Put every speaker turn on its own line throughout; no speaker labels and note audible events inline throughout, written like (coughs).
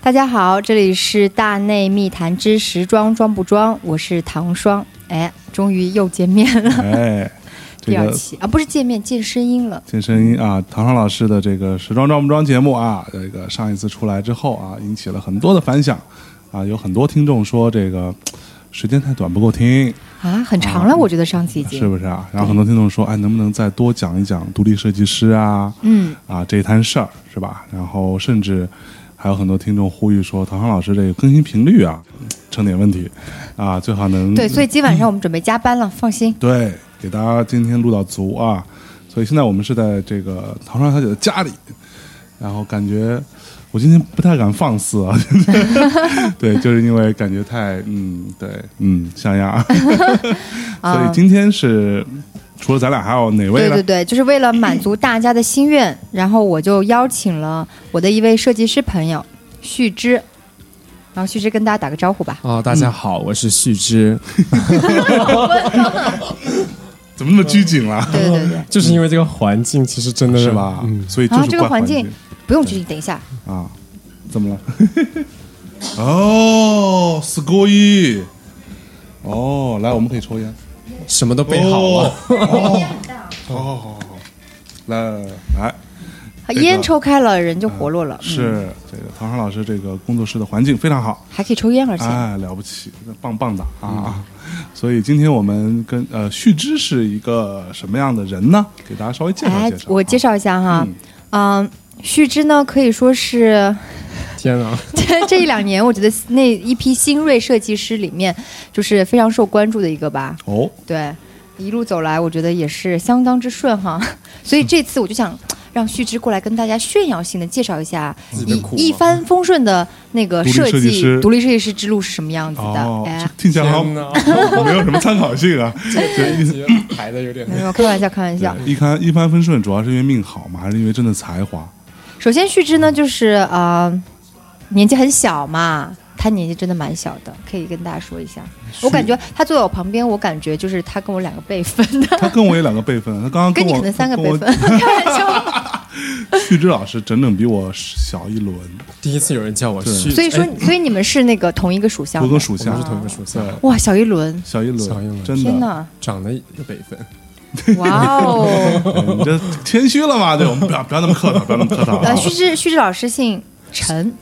大家好，这里是大内密谈之时装装不装，我是唐霜。哎，终于又见面了，
(laughs) 哎，这
第二
个
期啊，不是见面，见声音了。
这声音啊，唐双老师的这个时装装不装节目啊，这个上一次出来之后啊，引起了很多的反响啊，有很多听众说这个时间太短不够听，
啊，很长了，
啊
我觉得上次已经
是不是啊？然后很多听众说，哎，能不能再多讲一讲独立设计师啊，
嗯，
啊这一摊事儿是吧？然后甚至还有很多听众呼吁说，唐双老师这个更新频率啊，成点问题啊，最好能
对，所以今晚上我们准备加班了，放心。
对，给大家今天录到足啊，所以现在我们是在这个唐双小姐的家里，然后感觉我今天不太敢放肆啊， (laughs) 对，就是因为感觉太嗯，对，嗯，像样啊， (laughs) 所以今天是除了咱俩还有哪位
啊对
呢
对？对，就是为了满足大家的心
(coughs)
愿，然后我就邀请了我的一位设计师朋友旭之，然后旭之跟大家打个招呼吧。
哦，大家好，我是旭之，
怎么那么拘谨了？
对对对，
就是因为这个环境，其实真的
是吧？
嗯，
所以就是
啊这个
怪
环
环
境不用拘谨，等一下，
啊，怎么了？ (laughs) 哦，死过一，哦，来，我们可以抽烟。
什么都备好啊了。
好好好好好，来来来来，这个
烟抽开了，人就活络了，嗯，
是这个唐山老师这个工作室的环境非常好，
还可以抽烟，而且嗯
哎，了不起，棒棒的啊！所以今天我们跟呃旭之是一个什么样的人呢？给大家稍微介绍
哎
介绍啊。，
我介绍一下哈，嗯，旭之呢可以说是
天哪，
这这一两年，我觉得那一批新锐设计师里面，就是非常受关注的一个吧。
哦，
对，一路走来，我觉得也是相当之顺哈。所以这次我就想让旭之过来跟大家炫耀性的介绍一下
自己的苦
一一帆风顺的那个
独立
设
设计
计
师
独立设计师之路是什么样子的。
哦，
哎
这，听起来好
天
像
哪，
没有什么参考
(laughs)
性啊。
这一集排的有点
没有开玩笑，开玩
(laughs)
笑。
一看一帆风顺，主要是因为命好嘛，还是因为真的
(laughs)
才华？
首先，旭之呢，就是呃，年纪很小嘛，他年纪真的蛮小的，可以跟大家说一下。我感觉他坐在我旁边，我感觉就是他跟我两个辈分的，
(laughs) 他跟我有两个辈分，他刚刚
跟你
我
可能三个
跟
辈
我
分。 (laughs) 开玩笑。
旭之老师整整比我小一轮，
(laughs) 第一次有人叫我
对
旭之，
所以说
哎，
所以你们是那个同一个属相
我
的，
跟属
我
相
们是同一个属相，
哇，小一轮，
小一轮，
小一轮
真的
天。哪，
长得有辈分，
哇哦！
哎你这谦虚了嘛？对，我们不要不要那么客套，不要那么客套啊
呃，！旭之旭之老师姓陈，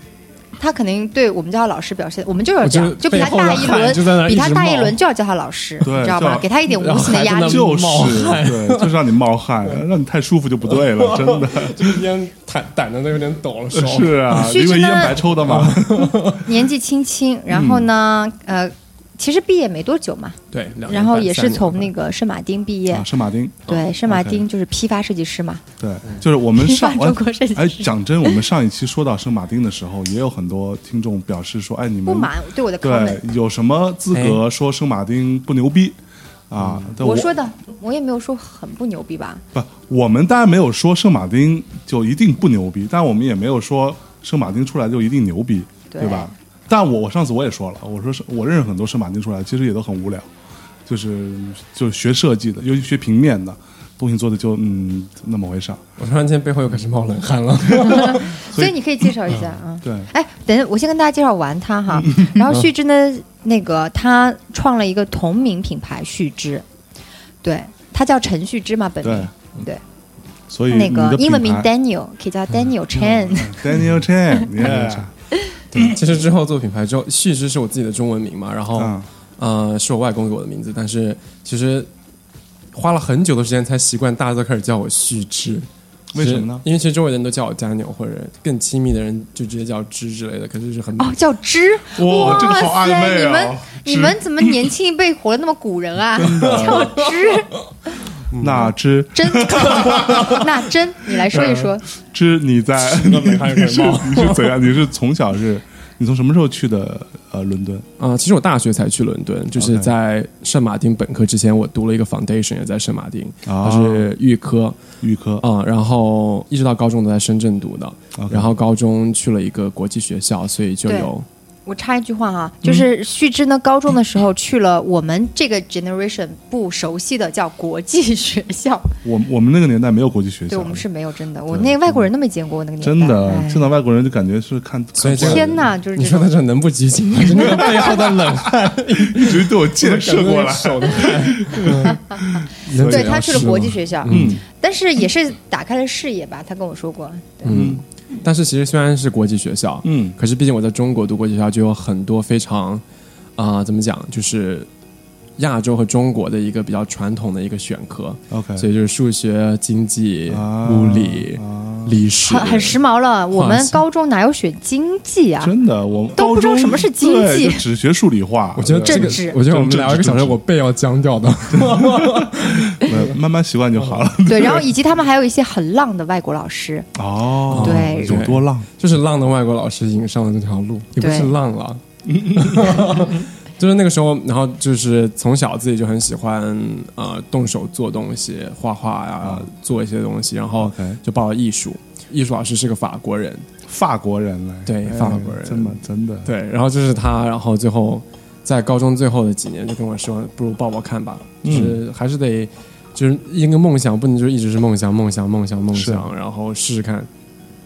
他肯定对我们叫他老师表现，我们就是要这
我
样，
就
就比他
背后
大
的
一
汗就在那
轮，
儿
比他
一直
大一
冒
轮就要叫他老师，
对
你知道吗？
就
给他一点无
然后
形的
还
压
在那
力。
就是
冒汗
对，就是让你冒汗，让你太舒服就不对了，
(laughs)
真的
这边胆胆的都有点抖了，手
是啊，
旭
因
之呢
为烟白抽的嘛。
嗯年纪轻轻，然
嗯
后呢，呃，其实毕业没多久嘛，
对，
哦
两年半
然后也是从
三
那
年
个圣马丁毕业
啊，，圣马丁，
对，圣马
OK
丁就是批发设计师嘛，
对，就是我们上
批发中国设计师
哎，讲真，我们上一期说到圣马丁的时候，也有很多听众表示说，哎，你
不
们
满对我的 comment
对。有什么资
哎
格说圣马丁不牛逼啊？
嗯
但
我说的，我也没有说很不牛逼吧，
不，我们当然没有说圣马丁就一定不牛逼，但我们也没有说圣马丁出来就一定牛逼，
对
对吧？但我我上次我也说了，我说是我认识很多圣马丁出来，其实也都很无聊，就是就是学设计的，尤其学平面的东西做的就嗯那么回事儿。
我突然间背后又开始冒冷汗了。
所以你可以介绍一下啊。
对，
哎，等一下，我先跟大家介绍完他哈。
嗯 (laughs)
然后旭之呢，那个他创了一个同名品牌旭之，对他叫陈旭之嘛，本名对，嗯
所以
那个
你的
英文名
品牌嗯
Daniel 可以叫 Daniel Chen，
Daniel
(laughs)
Chen，
对，其实之后做品牌之后，旭之是我自己的中文名嘛，然后
嗯，
呃，是我外公给我的名字，但是其实花了很久的时间才习惯大家都开始叫我旭之。
为什么呢
其实因为其实周围人都叫我加牛，或者更亲密的人就直接叫芝之类的，可是是很、
哦，叫之，
哇，这个好暧
塞，
昧
你们
啊！
你们怎么年轻一辈活得那么古人
(laughs)
啊？叫之，
嗯
那知
真， (laughs) 那真，你来说一
嗯
说，
知你在
(laughs) 冷汗又开始冒
你是怎样？你是从小是，你从什么时候去的呃伦敦？
啊、其实我大学才去伦敦，就是
OK
在圣马丁本科之前，我读了一个 foundation，也在圣马丁，它
啊
是预科
预科
啊、然后一直到高中都在深圳读的，
，OK
然后高中去了一个国际学校，所以就
对
有
我插一句话哈、啊就是旭之呢，高中的时候去了我们这个 generation 不熟悉的叫国际学
(laughs)
校，
我我们那个年代没有国际学校，
对我们是没有真的，我
对
那个外国人都没见过我那个年代，
真的
哎
见到外国人就感觉是看，
所以
看
这个
天哪，就是
你
这
说的
种。
这能不
(laughs)
激情吗？真的背后的冷汗，
一直对我箭射过
(laughs)
来，
手都汗。嗯
对
对他去了国际，学校，
嗯
但是也是打开了视野吧。他跟我说过，对
嗯，但是其实虽然是国际学校，
嗯
可是毕竟我在中国读国际学校，就有很多非常啊、怎么讲，就是亚洲和中国的一个比较传统的一个选科，
，OK，
所以就是数学、经济、
啊
物理、
啊
历史，
很很时髦了。我们
行
高中哪有选经济啊？
真的我
都不知道
高中
什么是经济
对就只学数理化，
我觉得这个
政治，
我觉得我
政
们
治
聊一个小时，
政治
我背要僵掉的。 (laughs)
对对慢慢习惯就好了。
对，然后以及他们还有一些很浪的外国老师，
嗯
哦，
对
有多浪？
就是浪的外国老师引上了这条路，也不
对
是
(laughs)
浪了，就是那个时候，然后就是从小自己就很喜欢呃动手做东西，画画呀、
啊
做一些东西，然后
OK
就报了艺术。艺术老师是个法国人，
法国人来，
对
哎
法国人
真的真的，
对，然后就是他，然后最后在高中最后的几年就跟我说，不如报报看吧，就是还是得就是一个梦想，不能就一直是梦想梦想梦想梦想，然后试试看。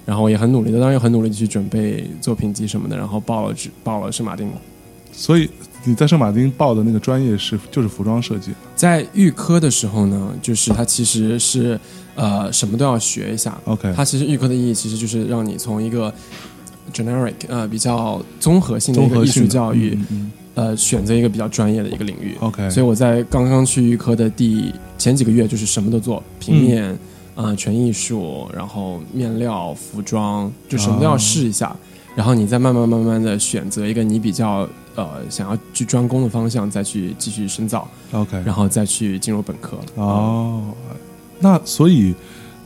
然后也很努力的，当然也很努力地去准备作品集什么的，然后报了报了圣马丁，
所以你在圣马丁报的那个专业是就是服装设计
在预科的时候呢，就是它其实是呃什么都要学一下。
，OK，
它其实预科的意义其实就是让你从一个 generic 呃比较综合性的一个艺术
性的
教育，
嗯嗯
呃选择一个比较专业的一个领域。
嗯，OK，
所以我在刚刚去预科的第前几个月，就是什么都做，平面、呃全艺术，然后面料、服装，就什么都要试一下。然后你再慢慢慢慢的选择一个你比较呃想要去专攻的方向，再去继续深造。
OK，
然后再去进入本科。
哦，那所以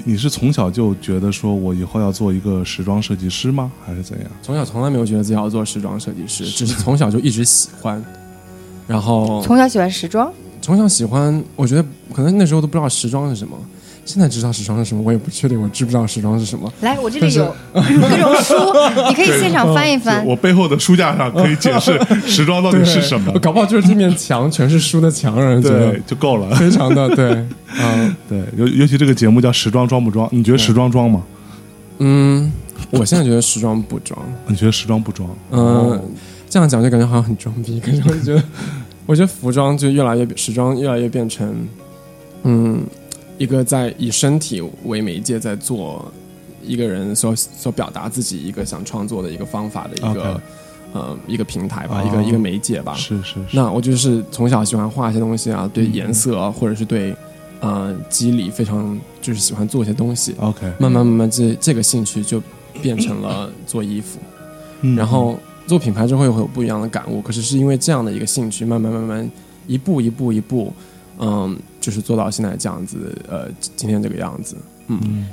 你是从小就觉得说我以后要做一个时装设计师吗？还是怎样？
从小从来没有觉得自己要做时装设计师，只是从小就一直喜欢。然后
从小喜欢时装，
从小喜欢，我觉得可能那时候都不知道时装是什么，现在知道时装是什么，我也不确定我知不知道时装是什么。
来，我这里有 (laughs)
嗯
各种书，
(laughs)
你可以现场翻一翻。
我背后的书架上可以解释时装到底是什么
我，搞不好就是这面墙全是书的墙，让人觉
对
得，
就够了。
非常的对，嗯
对，尤尤其这个节目叫《时装装不装》，你觉得时装装吗？
嗯，我现在觉得时装不装，
你觉得时装不装？
嗯、
哦
这样讲就感觉好像很装逼，可是我就觉得， (laughs) 我觉得服装就越来越时装越来越变成，嗯，一个在以身体为媒介在做一个人所所表达自己一个想创作的一个方法的一个
OK
呃一个平台吧，
哦
一个一个媒介吧。
是嗯是是，
那我就是从小喜欢画一些东西啊，对颜色啊，或者是对呃肌理非常就是喜欢做一些东西，
OK，
慢慢慢慢这这个兴趣就变成了做衣服。
嗯
然后做品牌之后会有不一样的感悟。可是是因为这样的一个兴趣，慢慢慢慢，一步一步一步，嗯，就是做到现在这样子，呃，今天这个样
(laughs)
子。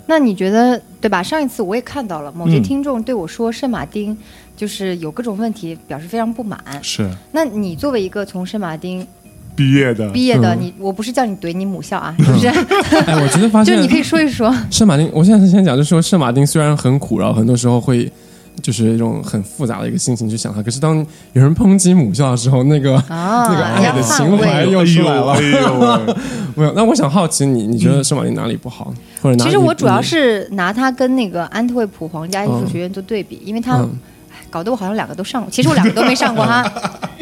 那你觉得对吧？上一次我也看到了某些
嗯
听众对我说圣马丁就是有各种问题，表示非常不满。
是
那你作为一个从圣马丁
毕业的，
毕业的，
嗯
你我不是叫你怼你母校
(laughs)
啊，是不是？
哎，我觉得发
就你
现
可以说一说，
圣马丁，我现在先讲，就是说圣马丁虽然很苦，然后很多时候会。就是一种很复杂的一个心情去想它，可是当有人抨击母校的时候，那个、
啊
(laughs) 那个爱
你要
的
捍
情怀
卫
又出来了
哎。 (laughs) 呦喂，
(laughs) 没有，那我想好奇你，你觉得圣马丁哪里不好，或者哪里？
其实我主
嗯
要是拿它跟那个安特卫普皇家艺术学院做对比，因为它、
嗯
哎搞得我好像两个都上过，其实我两个都没上过哈。 (laughs)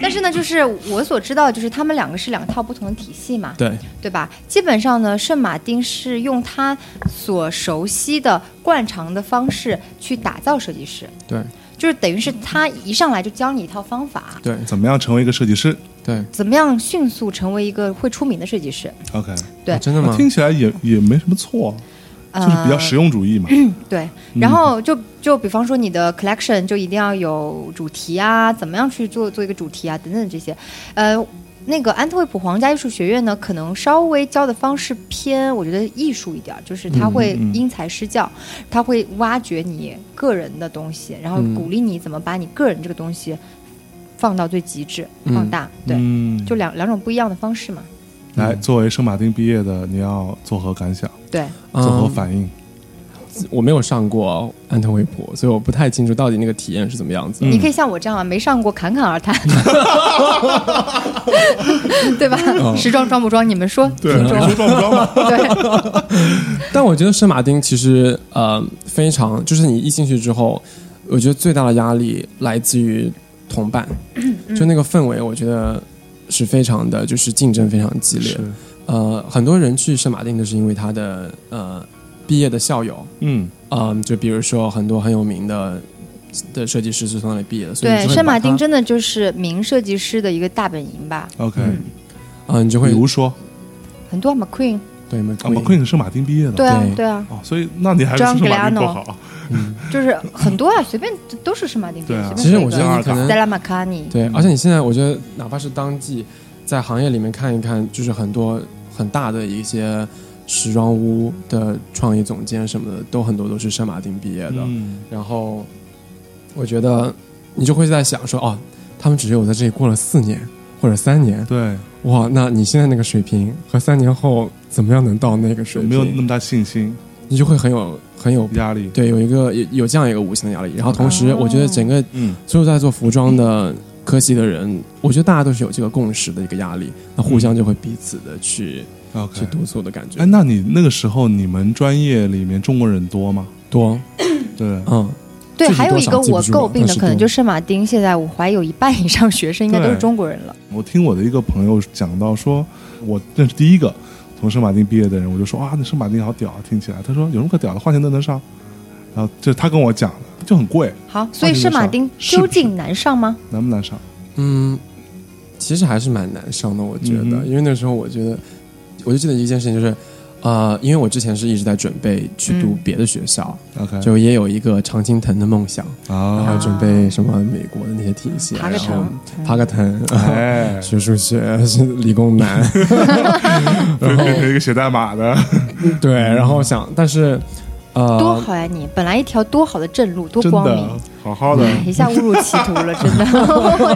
但是呢，就是我所知道，就是他们两个是两套不同的体系嘛，
对
对吧？基本上呢，圣马丁是用他所熟悉的惯常的方式去打造设计师，
对
就是等于是他一上来就教你一套方法，
对
怎么样成为一个设计师
对
怎么样迅速成为一个会出名的设计师，
？OK，
对
啊真的吗？
听起来也也没什么错，啊就是比较
呃
实用主义嘛。
对，
嗯
然后就就比方说你的 collection 就一定要有主题啊，怎么样去做做一个主题啊，等等这些，呃。那个安特卫普皇家艺术学院呢，可能稍微教的方式偏，我觉得艺术一点儿，就是他会
嗯嗯
因材施教，他会挖掘你个人的东西，然后
嗯
鼓励你怎么把你个人这个东西放到最极致，
嗯
放大，对，
嗯，
就两两种不一样的方式嘛。
来，作为圣马丁毕业的，你要作何感想？
对，
作何
嗯
反应？
我没有上过安特卫普，所以我不太清楚到底那个体验是怎么样
嗯
子的。
你可以像我这样啊，没上过侃侃
(laughs)
而谈，对吧？时装装不装？你们说，
哦对，
听
你
众
说装不装吧？
对，
但我觉得圣马丁其实呃非常，就是你一进去之后，我觉得最大的压力来自于同伴，
嗯
就那个氛围，我觉得是非常的，就是竞争非常激烈。
是，
呃，很多人去圣马丁都是因为他的呃毕业的校友，
嗯，
嗯、就比如说很多很有名的的设计师是从那里毕业的，所以你
对，
就会
圣
把
马丁
他
真的就是名设计师的一个大本营吧，
OK，
嗯
啊、你就
比
会
如说，
很多 McQueen，
对
啊，McQueen 是圣马丁毕业的，
对啊，
哦对
对啊，
哦，所以那你还是
John
圣马丁不
Galliano
好，
就是很多啊，随便都是圣马丁，
对啊
其
随
实
便
我觉
说一
得
个
你可能
Stella McCartney，
嗯
对，而且你现在我觉得，哪怕是当季，在行业里面看一看，就是很多很大的一些时装屋的创意总监什么的，都很多都是圣马丁毕业的。
嗯，
然后，我觉得你就会在想说，哦，他们只有在这里过了四年或者三年，
对，
哇，那你现在那个水平和三年后怎么样能到那个水
有
平？
没有那么大信心
你就会很有很有
压力？
对有一个有有这样一个无形的压力。然后同时，
哦
我觉得整个
嗯，
所有在做服装的科系的人，我觉得大家都是有这个共识的一个压力，那互相就会彼此的去、去
OK，
督促的感觉
哎，。那你那个时候你们专业里面中国人多吗？
多，
对，
嗯，
对，
自己
还有
多
一
少
个
记不
我
住
诟病的
但是
可能
多
就是圣马丁，现在我怀疑有一半以上学生应该都是
对
中国人了， (laughs)
我听我的一个朋友讲到说，我认识第一个从圣马丁毕业的人，我就说啊，那圣马丁好屌啊，听起来。他说有什么可屌的，花钱都能上。然后这是他跟我讲的，就很贵，
好，所以圣马丁
是不
究
是
竟难上吗？
难不难上？
嗯，其实还是蛮难上的，我觉得，
嗯哼
因为那时候我觉得，我就记得一件事情就是。呃，因为我之前是一直在准备去读
嗯
别的学校，
OK，
就也有一个常青藤的梦想，然后 (laughs)
啊，
准备什么美国的那些体系，
爬个
然后
藤
爬个藤，啊
(laughs) 哎，
学数学是理工男，
对变成一个写代码的，
对，然后想，但是，
多
呃，
好呀你！本来一条多好的正路，多
真
光
的
明，
好好的。
哎一下误入歧途了，真的，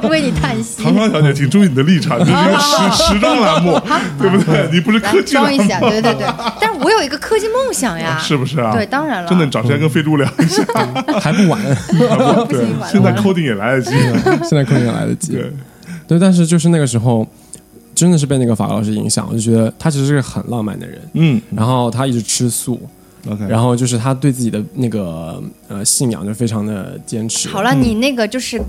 我为你叹息。
唐唐小姐，请注意你的立场，你这是
啊
一个时时装栏目，对不对？你不是科
来
技栏
装一
目，
下，对对对。但是我有一个科技梦想呀，
(laughs) 是不是啊？
对，当然了，
真的，你找时间跟飞猪聊一下。
还不晚，
不嗯行，完了
现在
完了。
coding 也来得及，
(laughs) 现在可能也来得及。
对，
对，但是就是那个时候，真的是被那个法国老师影响，我就觉得他其实是个很浪漫的人，
嗯
然后他一直吃素，
，OK，
然后就是他对自己的那个呃信仰就非常的坚持。
好
嗯
了，你那个就是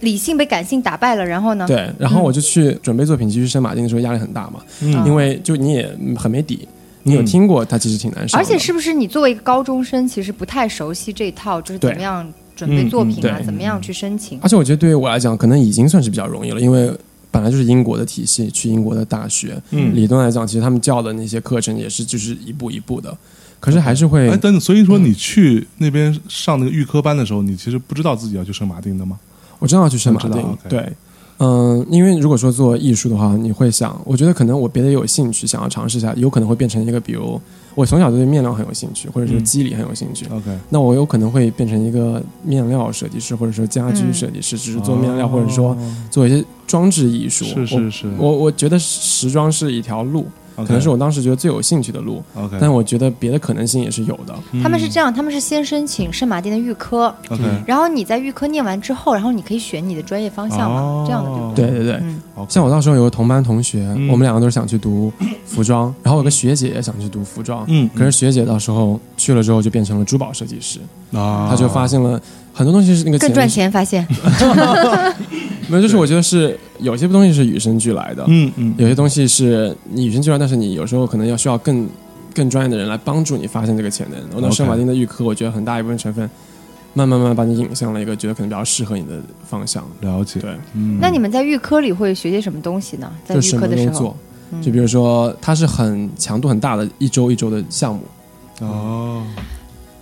理性被感性打败了，然后呢？
对，然后我就去准备作品集去圣马丁的时候压力很大嘛，
嗯
因为就你也很没底，你有
嗯
听过他其实挺难上
而
的，
且是不是你作为一个高中生，其实不太熟悉这一套，就是
对
怎么样准备作品
嗯
啊，
对
怎么样去申请？
而且我觉得对于我来讲，可能已经算是比较容易了，因为本来就是英国的体系，去英国的大学，
嗯
理论来讲，其实他们教的那些课程也是就是一步一步的，可是还是会
哎，，但所以说你去那边上那个预科班的时候，你其实不知道自己要去圣马丁的吗？
我真的要去圣马
我知
丁
道，OK，
对。嗯，因为如果说做艺术的话，你会想，我觉得可能我别的有兴趣，想要尝试一下，有可能会变成一个，比如我从小就对面料很有兴趣，或者说
嗯
肌理很有兴趣，
OK，
那我有可能会变成一个面料设计师，或者说家居
嗯
设计师，只是做面料，
哦
或者说做一些装置艺术。
是
我
是是，
我我觉得时装是一条路，
OK，
可能是我当时觉得最有兴趣的路，
OK，
但我觉得别的可能性也是有
哦
嗯的。
嗯
他们是这样，他们是先申请圣马丁的预科，
OK，
然后你在预科念完之后，然后你可以选你的专业方向嘛，这样的对不
哦
对？
对对对，
嗯，
像我，当时有个同班同学，
嗯
我们两个都是想
(coughs)
去读服装，然后有个学姐也想去读服装，
嗯，
可是学姐到时候去了之后就变成了珠宝设计师，
啊，
她就发现了很多东西是那个
更赚
是，
钱，发现
没有，就是我觉得是有些东西是与生俱来的，
嗯嗯，
有些东西是你与生俱来，但是你有时候可能要需要更更专业的人来帮助你发现这个潜能。我到
OK
圣马丁的预科，我觉得很大一部分成分，慢慢慢慢把你引向了一个觉得可能比较适合你的方向。
了解，
对，
嗯，
那你们在预科里会学些什么东西呢？在
就
预
什
科
么
的
都
时候嗯
做，，就比如说它是很强度很大的一周一周的项目。
哦，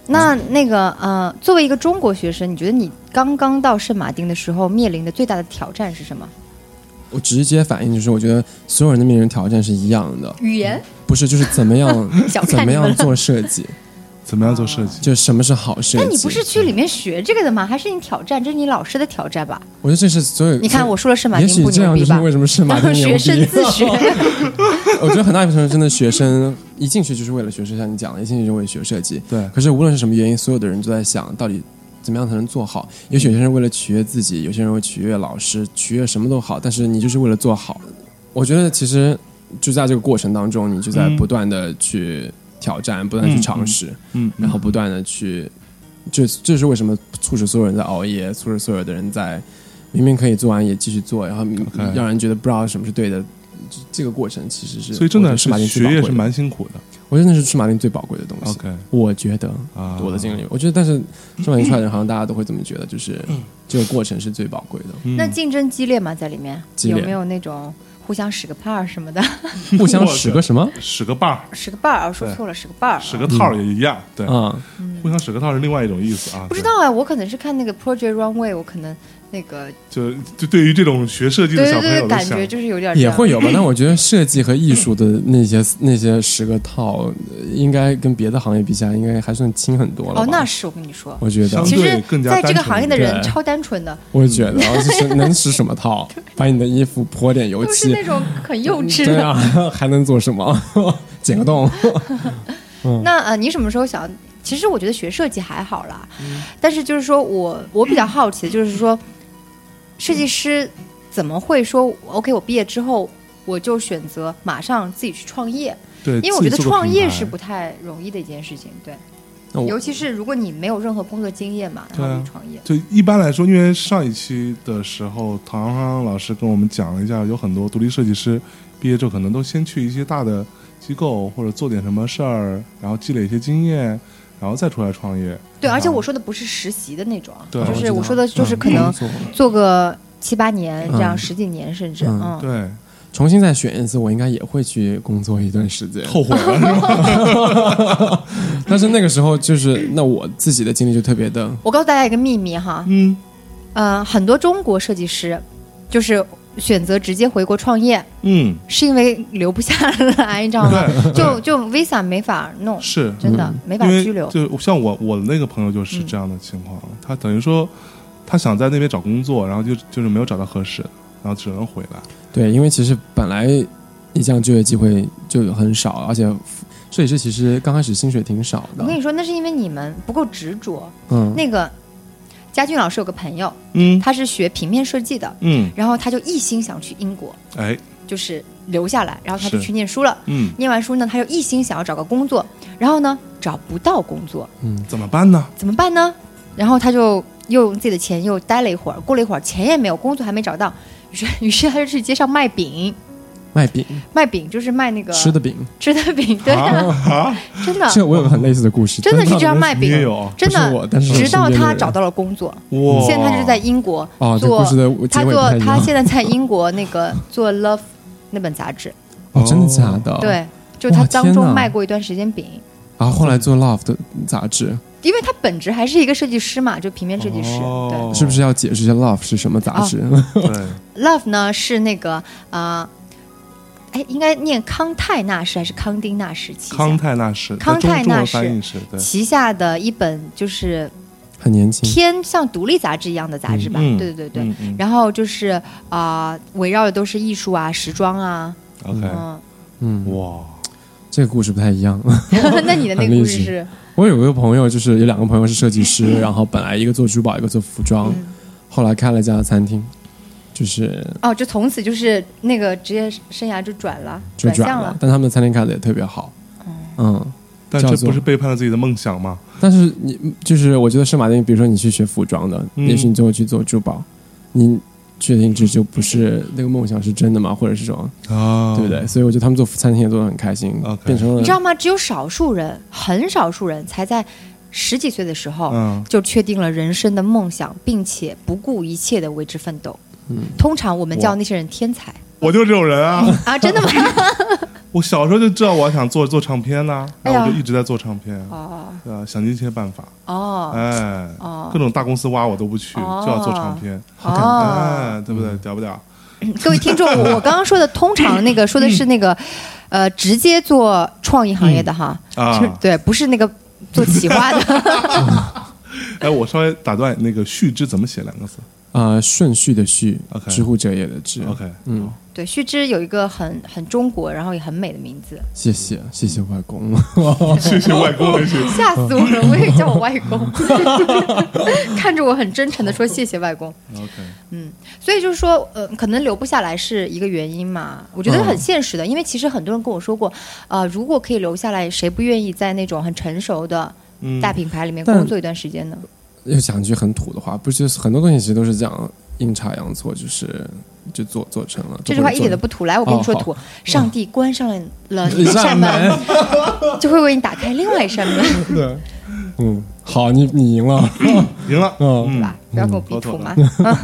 那那个呃，作为一个中国学生，你觉得你刚刚到圣马丁的时候面临的最大的挑战是什么？
我直接反应就是，我觉得所有人的面临挑战是一样的，
语言？ (laughs)
不是就是怎么样
小
怎
看
么
你们
样
了。
做设计，
怎么样做设计？
就什么是好设计。
但你不是去里面学这个的吗？还是你挑战？这是你老师的挑战吧？
我觉得这是所有。
你看我说了圣马
也
丁
许
不
这
牛
样就
逼
是
吧？
为什么圣马
然后
丁牛逼
(laughs) 学生
(laughs)
自学，
我觉得很大一部分真的学生一进去就是为了学设，像你讲的，一进去就为了学设计。
对
可是无论是什么原因，所有的人都在想到底怎么样才能做好。也许有些人为了取悦自己，有些人会取悦老师，取悦什么都好，但是你就是为了做好。我觉得其实就在这个过程当中，你就在
嗯
不断的去挑战，不断地去尝试，
嗯，
然后不断的去，这这是为什么促使所有人在熬夜，促使所有的人在明明可以做完也继续做，然后
OK
让人觉得不知道什么是对的。这这个过程其实是，
所以真的
我觉得
是
是马丁
学
最
业
宝贵
是
的
蛮辛苦的。
我觉得那是吃马丁最宝贵的东西。
OK
我觉得
啊，
我的经历，我觉得但是吃马丁出来的人好像大家都会这么觉得，就是这个过程是最宝贵的，
嗯
那竞争激烈吗？在里面
激
有
烈
没有那种互相使个绊儿什么的？ (laughs)
互相使个什么
使个绊儿，
使个绊儿，啊，说错了，使个绊儿啊。
使个套儿也一样，对，
啊？
互相使个套儿是另外一种意思啊。
不知
对
道啊，我可能是看那个 Project Runway，我可能那个
就就对于这种学设计
对
的小
对
朋
对
友
对，
的
感
想
觉就是有点这
也
样
会有吧，但我觉得设计和艺术的那些那些十个套，呃应该跟别的行业比起来，应该还算轻很多了吧。
哦，那是我跟你说，
我觉得
相
其
对
实
更加
在
单纯
这个行业的人
对
超单纯的，
我觉得啊就是能使什么套？把你的衣服泼点油
都是
漆
那，种很幼
嗯
稚
对
的。
啊，还能做什么？剪个洞。
那呃，你什么时候想？其实我觉得学设计还好啦，
嗯
但是就是说我我比较好奇的就是说，设计师怎么会说 OK？我毕业之后我就选择马上自己去创业，
对，
因为我觉得
自己做个
创业
品牌
是不太容易的一件事情，对，
那我
尤其是如果你没有任何工作经验嘛，
对
然
啊
后你创业，
就一般来说，因为上一期的时候，唐唐老师跟我们讲了一下，有很多独立设计师毕业之后可能都先去一些大的机构或者做点什么事儿，然后积累一些经验，然后再出来创业。
对，而且
啊
我说的不是实习的那种啊，
对
就
我
是
知
我
道
说的就是
嗯
可能
工作
做个七八年这样，
嗯
十几年甚至，
嗯
嗯，
对
(laughs) 重新再选一次，我应该也会去工作一段时间。
后悔了 (laughs) 是吗？
但是那个时候，就是那我自己的经历就特别的，
我告诉大家一个秘密哈，
嗯，
呃，很多中国设计师就是选择直接回国创业，
嗯，
是因为留不下来，你 (laughs) 知道吗？
对，
就就 Visa 没法弄，
是
真的、
嗯
没法
因为
拘留。
就像我我的那个朋友就是
嗯
这样的情况，他等于说他想在那边找工作，然后就就是没有找到合适，然后只能回来。
对，因为其实本来你这样就业机会就很少，而且设计师其实刚开始薪水挺少
我跟
的。
你说，那是因为你们不够执着。
嗯，
那个佳俊老师有个朋友，
嗯
他是学平面设计的，
嗯，
然后他就一心想去英国，
哎，
就是留下来，然后他就是去念书了。
嗯，
念完书呢，他又一心想要找个工作，然后呢找不到工作，
嗯
怎么办呢？
怎么办呢？然后他就又用自己的钱又待了一会儿，过了一会儿钱也没有，工作还没找到，于是 (laughs) 于是他就去街上卖饼，
卖饼，
卖饼就是卖那个
吃的饼。
吃的饼，对 (laughs) 啊，
啊，
真的
这个我有个很类似的故事，
真的是这样卖
你
饼
也，有啊
真
不是我
的，
但是我
直到
身边的
他
人
找到了工作，
哇！
现在他就是在英国
哦，这
做
故事的结
他
尾不
做
太一
他
样。
现在在英国那
(laughs)
个做 Love 那本杂志，
哦，真的假的？。
对，就他
哇
当
天
中
哪
卖过一段时间饼。
然后后来做《Love》的杂志，
因为他本职还是一个设计师嘛，就平面设计师。
哦
是不是要解释一下《Love》是什么杂志？
哦
对，
对，Love 呢是那个啊，哎、应该念康泰纳仕还是康丁纳仕旗
康
下
泰纳仕，
康泰纳仕
在中中国翻译是对，
旗下的一本就是
(laughs) 很年轻，
偏向独立杂志一样的杂志吧？
嗯
对对对对。
嗯嗯
然后就是啊、围绕的都是艺术啊、时装啊，
，OK，
嗯。 (laughs)
嗯，
哇，
这个故事不太一样。 (laughs)
那你的那个故事是？
我有个朋友，就是有两个朋友是设计师，然后本来一个做珠宝，一个做服装，
嗯
后来开了一家餐厅，就是
哦，就从此就是那个职业生涯就转了，哦
就转
向
了，。但他们的餐厅开的也特别好，嗯。
但
叫
这
做
不是背叛了自己的梦想吗？
但是你就是我觉得圣马丁，比如说你去学服装的，
嗯
也许你最后去做珠宝，你确定这就不是那个梦想是真的吗？或者是说，
啊
对不？对？所以我觉得他们做餐厅也做得很开心
OK
变成了
你知道吗？只有少数人，很少数人才在十几岁的时候，
嗯，
就确定了人生的梦想，并且不顾一切的为之奋斗。通常我们叫
哇
那些人天才
我就是这种
(laughs)
人啊！
啊，真的吗？
我小时候就知道我想做做唱片呐，
哎
然
呀
后我就一直在做唱片，
哦
呃，想尽一切办法，
哦
哎，各
哦
种大公司挖我都不去，
哦
就要做唱片，
哦！
哎，对不
嗯
对？屌不屌？
各位听众，我我刚刚说的，通常那个说的是那个，呃，直接做创意行业的哈，
啊
是对，不是那个做企划的，
哎，我稍微打断，那个“续之”怎么写两个字
啊、顺序的序
OK
知乎者也的知。
？OK，
嗯，
对，须知有一个很很中国，然后也很美的名字，
谢谢谢谢外公， (laughs)
谢谢外公的
哦
是
吓死我了！我也叫我外公， (laughs) 看着我很真诚的说谢谢外公。
OK，
所以就是说，呃，可能留不下来是一个原因嘛，我觉得
嗯
很现实的，因为其实很多人跟我说过，啊、如果可以留下来，谁不愿意在那种很成熟的
嗯
大品牌里面
但
工作一段时间呢？
又讲一句很土的话，不是很多东西其实都是这样阴差阳错，就是就做做成了。
这句话一点都
不
不土，来，我跟你说
哦好嗯
土，上帝关上了
(laughs) 一
一扇
扇
门， (laughs) 就会为你打开另外一扇门，
对，嗯，好，你你赢了，
赢了，
嗯，
对吧？不要跟我比土嘛。 (laughs) 嗯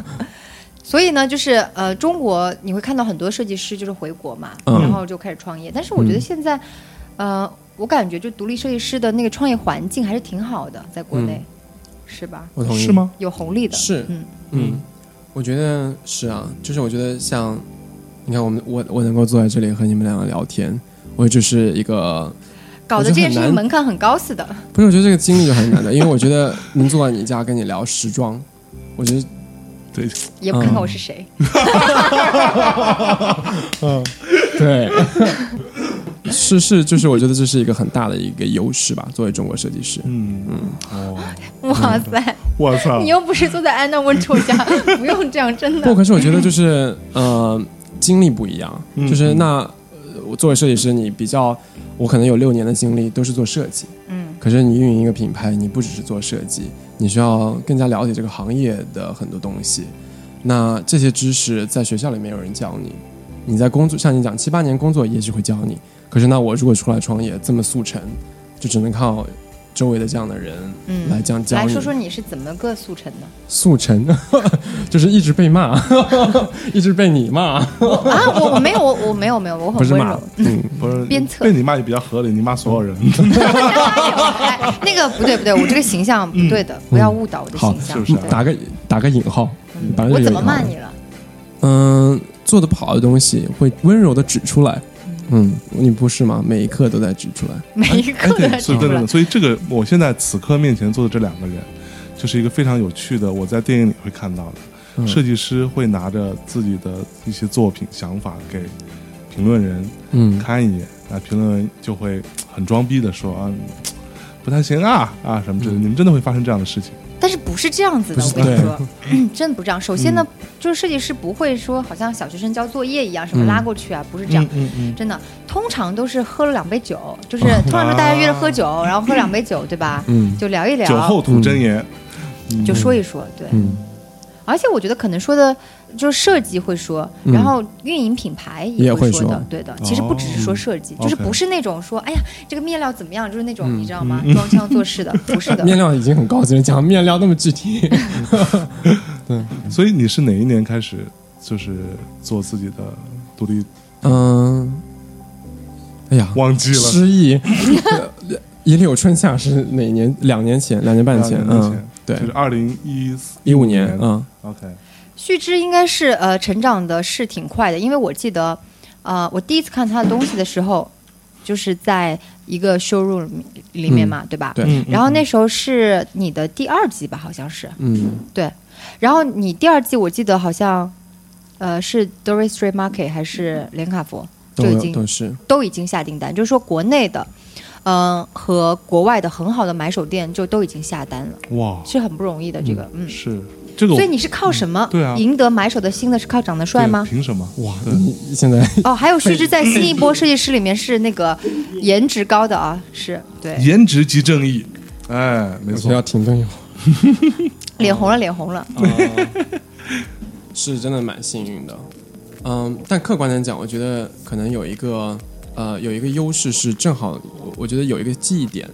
所以呢，就是呃，中国你会看到很多设计师就是回国嘛，
嗯
然后就开始创业。但是我觉得现在，呃，我感觉就独立设计师的那个创业环境还是挺好的，在国内，是吧？
我同意
是？吗？
有红利的，
嗯是
嗯，
嗯，我觉得是啊，就是我觉得像你看我们我我能够坐在这里和你们两个聊天，我就是一个
搞得
我觉得
这件
很
事情
难
门槛很高
(laughs)
似的。
不是，我觉得这个经历就很难的，因为我觉得能坐在你家跟你聊时装，我觉得
对，
也不看看我
嗯
是谁，
对，是是，就是我觉得这是一个很大的一个优势吧，作为中国设计师。
嗯嗯，哦，
哇
嗯
塞！
我操
你，又不是坐在安娜温州家， (laughs) 不用这样，真
不，
的。
可是我觉得就是呃，经历不一样，就是那呃我作为设计师，你比较，我可能有六年的经历都是做设计，
嗯，
可是你运营一个品牌，你不只是做设计，你需要更加了解这个行业的很多东西。那这些知识在学校里面有人教你，你在工作像你讲七八年工作也许会教你，可是那我如果出来创业这么速成，就只能靠周围的这样的人
嗯
来这样教
来
你。
说说你是怎么个速成
(laughs)
的？
速成，就是一直被骂， (laughs) 一直被你骂，
啊，我我没有，我我没有没有，我
不
很
是
温
骂
柔。，
嗯，
不是
鞭策
被你骂也比较合理，你骂所有人，
哎， (laughs) 那个不对不对，我这个形象不对的，不要误导我的
好
形象。
嗯是不是啊
对
嗯打个打个引号，打个
嗯我
引
怎么
号
骂你？了？
嗯，做的不好的东西会温柔的指出来，嗯，你不是吗？每一刻都在指出来，
每一
哎
个都在
对，所以
出
对
来
对，。所以这个我现在此刻面前坐的这两个人，就是一个非常有趣的，我在电影里会看到的，
嗯
设计师会拿着自己的一些作品想法给评论人
嗯
看一眼，那评论人就会很装逼的说啊。不太行啊啊什么之类的，你们真的会发生这样的事情？
但是不是这样子的？
不
我
是
跟你
对
说，嗯真的不是这样。首先呢，
嗯
就是设计师不会说好像小学生交作业一样，什么
嗯
拉过去啊，不是这样。
嗯嗯，
真的，通常都是喝了两杯酒，就是通常都大家约着喝酒，然后喝两杯酒，对吧？
嗯
就聊一
哦酒
聊，
后吐真言，
就说一说，对。
嗯，
而且我觉得可能说的就是设计会说，
嗯
然后运营品牌
也
会
会
说的，
说哦
对的。其实不只是说设计，
OK
就是不是那种说，哎呀，这个面料怎么样，就是那种、你知道吗？装腔作
(laughs)
势的，不是的。
嗯面料已经很高级了，讲面料那么具体，
所以你是哪一年开始就是做自己的独立？
(laughs) 嗯，哎呀，
忘记了，
失忆， (laughs) 一柳春夏是哪年？两年前，两年半前，
两年
嗯
前，
对
就，是二零一
一五年，
15
嗯
OK，
旭之应该是呃成长的是挺快的，因为我记得，呃，我第一次看他的东西的时候，就是在一个 showroom 里面里面嘛，对吧？
对
嗯
然后那时候是你的第二季吧，好像是。
嗯，
然后你第二季我记得好像，呃，是 Doris Street Market 还是连卡佛
都
就已
有
经
都是，
都已经下订单，就是说国内的，嗯、和国外的很好的买手店就都已经下单了，
哇，
是很不容易的这个，嗯。
是这个我，
所以你是靠什么
嗯
对啊
赢得买手的心的？是靠长得帅
对
(laughs)
吗？
凭什么？
哇，你现在
哦，还有须知在新一波设计师里面是那个颜值高的啊，是对，
颜值即正义，哎，没
我 (laughs) 要
错，
停顿一会儿
脸红了，脸红了。，
啊是真的蛮幸运的，嗯，但客观点讲，我觉得可能有一个呃有一个优势是正好我我觉得有一个记忆点，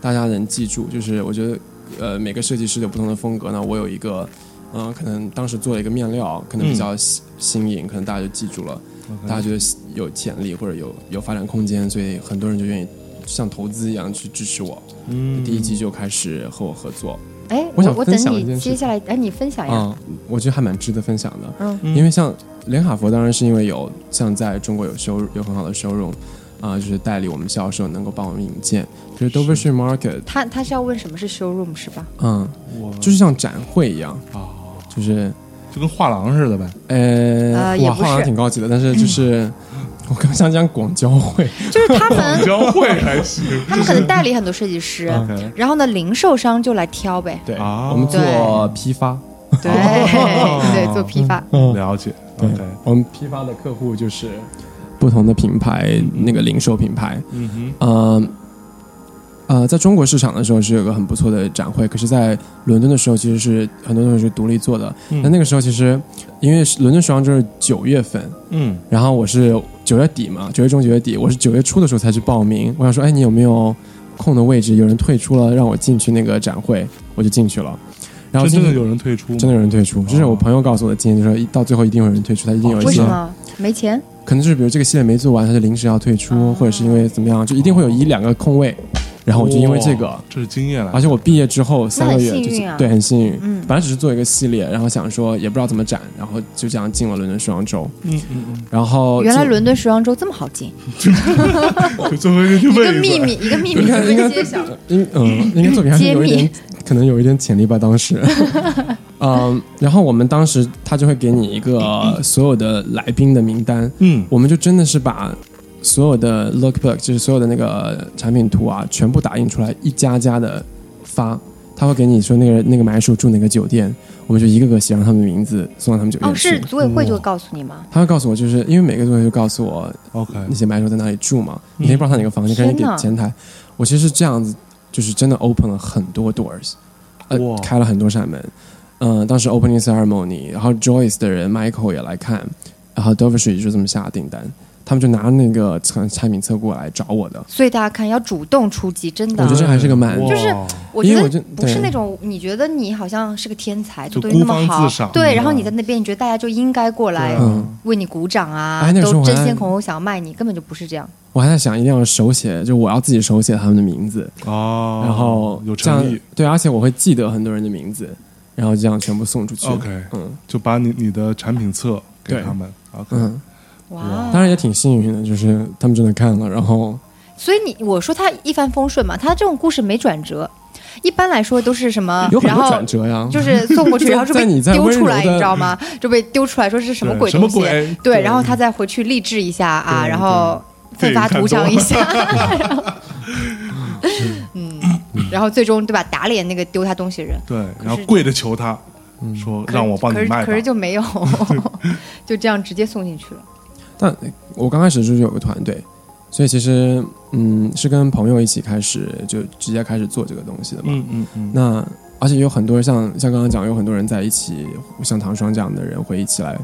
大家能记住，就是我觉得呃每个设计师有不同的风格呢，我有一个。嗯，可能当时做了一个面料，可能比较新新颖，可能大家就记住了。
嗯
大家觉得有潜力或者有有发展空间，所以很多人就愿意像投资一样去支持我。
嗯
第一季就开始和我合作，
哎，
我
我
想
我等
分享一件
你
事
接下来，哎，你分享一下。
啊、我觉得还蛮值得分享的。
嗯
因为像连卡佛，当然是因为有像在中国有收入有很好的收入，啊、就是代理我们销售，能够帮我们引荐。就是 Dovershire Market，
他他是要问什么是 showroom 是吧？ (laughs)
嗯，
我
就是像展会一样，
啊，
就是
就跟画廊似的
(laughs)
呗。
呃，
也
哇，
不
画廊
是嗯
挺高级的，但是就是 (laughs) 我刚想讲广交 (laughs) 会，
就是他们
交会还行
他们可能代理很多设计师，
嗯
OK
然后呢，零售商就来挑呗。
对，
啊
我们做
对
批发，
对、 (laughs) 对，做批发。
嗯，
了解
对
，OK，
我们批发的客户就是不同的品牌，
嗯
那个零售品牌，
嗯哼，
呃呃，在中国市场的时候是有个很不错的展会，可是，在伦敦的时候其实是很多东西是独立做的。
嗯
那那个时候其实因为是伦敦时装周是九月份，
嗯
然后我是九月底嘛，九月中九月底，我是九月初的时候才去报名。我想说，哎，你有没有空的位置？有人退出了，让我进去那个展会，我就进去了。然后
真
进
真
去
的有人退出吗，
真的有人退出，这是我朋友告诉我的经验，就是说一到最后一定有人退出，他一定有一
为
些
什么没钱？
可能就是比如这个系列没做完，他就临时要退
啊
出，或者是因为怎么样，就一定
哦
会有一两个空位。然后我就因为这个
哇，这是经验来啊
而
的，
且我毕业之后三个月
很
就
幸
是
运啊
对很幸运，
嗯
本来只是做一个系列，然后想说也不知道怎么展，然后就这样进了伦敦时装周。
嗯嗯
然后
原来
进
伦敦时装周这么好
(laughs)
进，
嗯，就最后一个
一
问
个
一
秘
问
密，一个秘密
应该
不
应该
能揭
(laughs)
晓。
应
(laughs)
嗯，应该作品还是有一
揭
点
秘，
可能有一点潜力吧。当时， (laughs) 嗯，然后我们当时他就会给你
(laughs)
一个所有的来宾的名单，
嗯
我们就真的是把所有的 lookbook，就是所有的那个产品图啊，全部打印出来，一家家的发。他会给你说那个那个买手住哪个酒店，我们就一个个写上他们的名字，送到他们酒店
哦，
去。
是组委会就会告诉你吗？
他会告诉我，就是因为每个组委会就告诉我
，OK，
那些买手在哪里住嘛，
嗯
你可以帮他哪个房间，可以给
天哪
前台。我其实是这样子，就是真的 open 了很多 doors，呃
哇，
开了很多扇门。嗯、当时 opening ceremony，然后 Joyce 的人 Michael 也来看，然后 Dovershire 就这么下的订单，他们就拿那个产产品册过来找我
哦
的。
所以大家看，要主动出击，真的
我觉。得这还是个蛮
哇
就是我觉
因为我就
得不是
对
那种你觉得你好像是个天才，
就
这东西那
孤
么
芳自
好
赏，
对，
嗯
然后你在那边，你觉得大家就应该过来
对啊
嗯
为你鼓掌啊
哎那，个时候
都
我
争
还
先恐后想要卖你，根本就不是这样。
我还在想一定要手写，就我要自己手写他们的名字，
哦，
然后
有
这
诚
样
意
对，而且我会记得很多人的名字，然后这样全部送出去。
，OK，
嗯
就把你你的产品册给
对
他们，OK，
嗯。
哇，
当然也挺幸运的，就是他们真的看了，然后
所以你我说他一帆风顺嘛，他这种故事没转折，一般来说都是什
啊
么，
有很
然
多
后
转折呀。
就是送
(laughs)
过去，
在
然后就被
在你在
丢出
温
来，
柔的嗯
你知道吗？就被丢出来说是什么
对
鬼
什么
东西，
鬼对
对，然后他再回去励志一下啊，
对
然后奋发图强一下，然
(laughs)
后 (laughs) 嗯，然后最终对吧，打脸那个丢他东西的人。
对，
可
然后
是
跪着求他
嗯
说
可是
让我帮你卖吧
可是可是，就
(laughs)
没有，就这样直接送进去了。
但我刚开始就是有个团队，所以其实嗯是跟朋友一起开始就直接开始做这个东西的嘛。
嗯嗯嗯，
那而且有很多像像刚刚讲，有很多人在一起，像唐双这样的人会一起来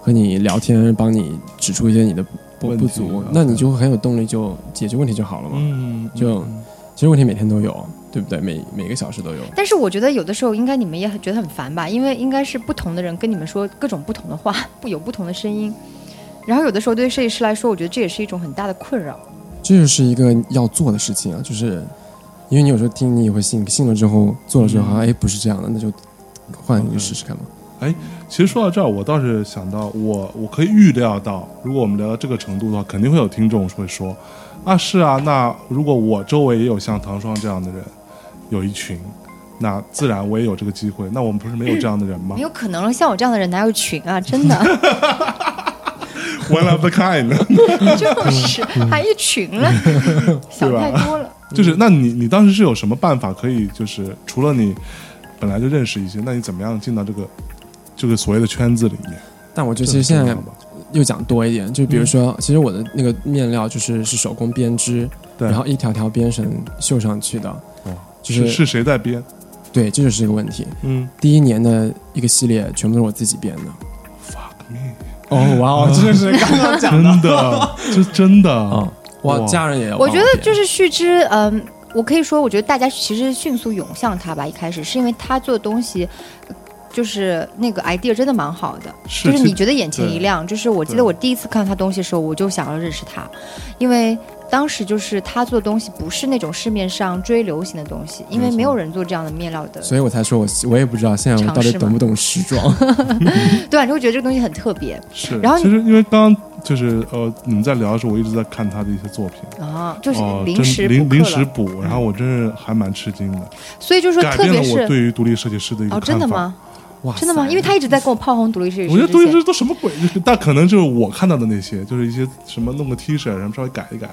和你聊天，帮你指出一些你的不
问题
不足
啊，
那你就会很有动力就解决问题就好了嘛。
嗯嗯
就
嗯
其实问题每天都有，对不对？每每个小时都有。
但是我觉得有的时候应该你们也很觉得很烦吧，因为应该是不同的人跟你们说各种不同的话， (laughs) 不有不同的声音。然后有的时候对设计师来说，我觉得这也是一种很大的困扰。
这就是一个要做的事情啊，就是因为你有时候听你也会信，信了之后做了之后，
嗯
哎，不是这样的，那就换一个试试看嘛。
其实说到这儿，我倒是想到我我可以预料到，如果我们聊到这个程度的话，肯定会有听众会说啊是啊，那如果我周围也有像唐双这样的人，有一群，那自然我也有这个机会，那我们不是没有这样的人吗
没有可能，像我这样的人哪有群啊？真的 (laughs)
？One of the kind。
就是还一群了，想太多了。
就是，那你你当时是有什么办法可以，就是除了你本来就认识一些，那你怎么样进到这个这个所谓的圈子里面？
但我觉
这
得其实现
很
在
重要吧
又讲多一点，就
嗯
比如说，其实我的那个面料就是是手工编织，
对
然后一条条编绳绣上去的
哦，
就是
是谁在编？
对，这就是一个问题。
嗯
第一年的一个系列全部都是我自己编的。
，fuck me，
哦，
(laughs)
哇哦，真的是刚刚讲
真 (laughs) 的，这真的
啊，
哦哇
哇，家人也要帮
我
编，
觉得就是旭之，嗯，我可以说，我觉得大家其实迅速涌向他吧。一开始是因为他做的东西，呃就是那个 idea 真的蛮好的，
是
就是
其
你觉得眼前一亮。就是我记
对
得我第一次看他东西的时候，我就想要认识他，因为。当时就是他做的东西不是那种市面上追流行的东西，因为
没错
没有人做这样的面料的，
所以我才说我我也不知道现在我到
尝
底
试嘛
(laughs)
懂不懂时装。
啊对吧？你会觉得这个东西很特别。
是，
然后
其实因为刚刚就是呃，你们在聊的时候，我一直在看他的一些作品，
啊，就是
哦，
临
真
时补
临
课
临
了，
时补，然后我真是还蛮吃惊的，
所以就是说，
改
特
变
别
了我
是
对于独立设计师的一个
哦，真的
看法？
吗？
哇塞，
真的吗？因为他一直在跟我炮轰独立设计师，
我觉得独立设计师都什么鬼？就是但可能就是我看到的那些，就是一些什么弄个 T 恤，什么稍微改一改，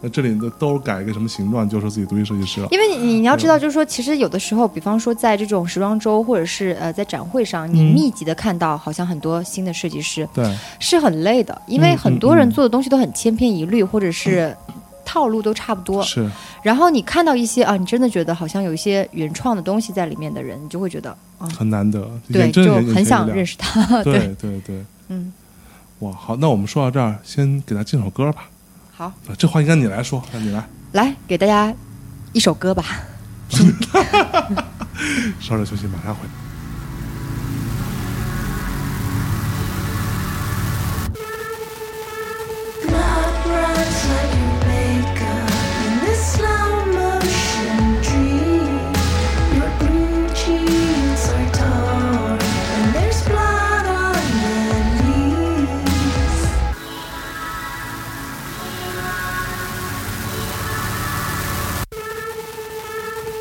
那这里的都改一个什么形状，就说自己独立设计师了。
因为你你要知道，
嗯
就是说，其实有的时候，比方说在这种时装周或者是呃在展会上，你
嗯
密集的看到好像很多新的设计师
对，
是很累的，因为
嗯
很多人
嗯嗯嗯
做的东西都很千篇一律，或者是套路都差不多。
是
然后你看到一些啊，你真的觉得好像有一些原创的东西在里面的人，你就会觉得啊，
很难得，
对，
眼真
就
的眼
很想认
识。
识他。 (laughs)
对
啊对，
对对，
嗯，
哇，好，那我们说到这儿，先给他进首歌吧。
好，
啊这话应该你来说，让你来。
来给大家一首歌吧。
稍事休息，马上回来。
Blood runs like your makeup in this slow motion dream. Your blue jeans are torn and there's blood on the leaves.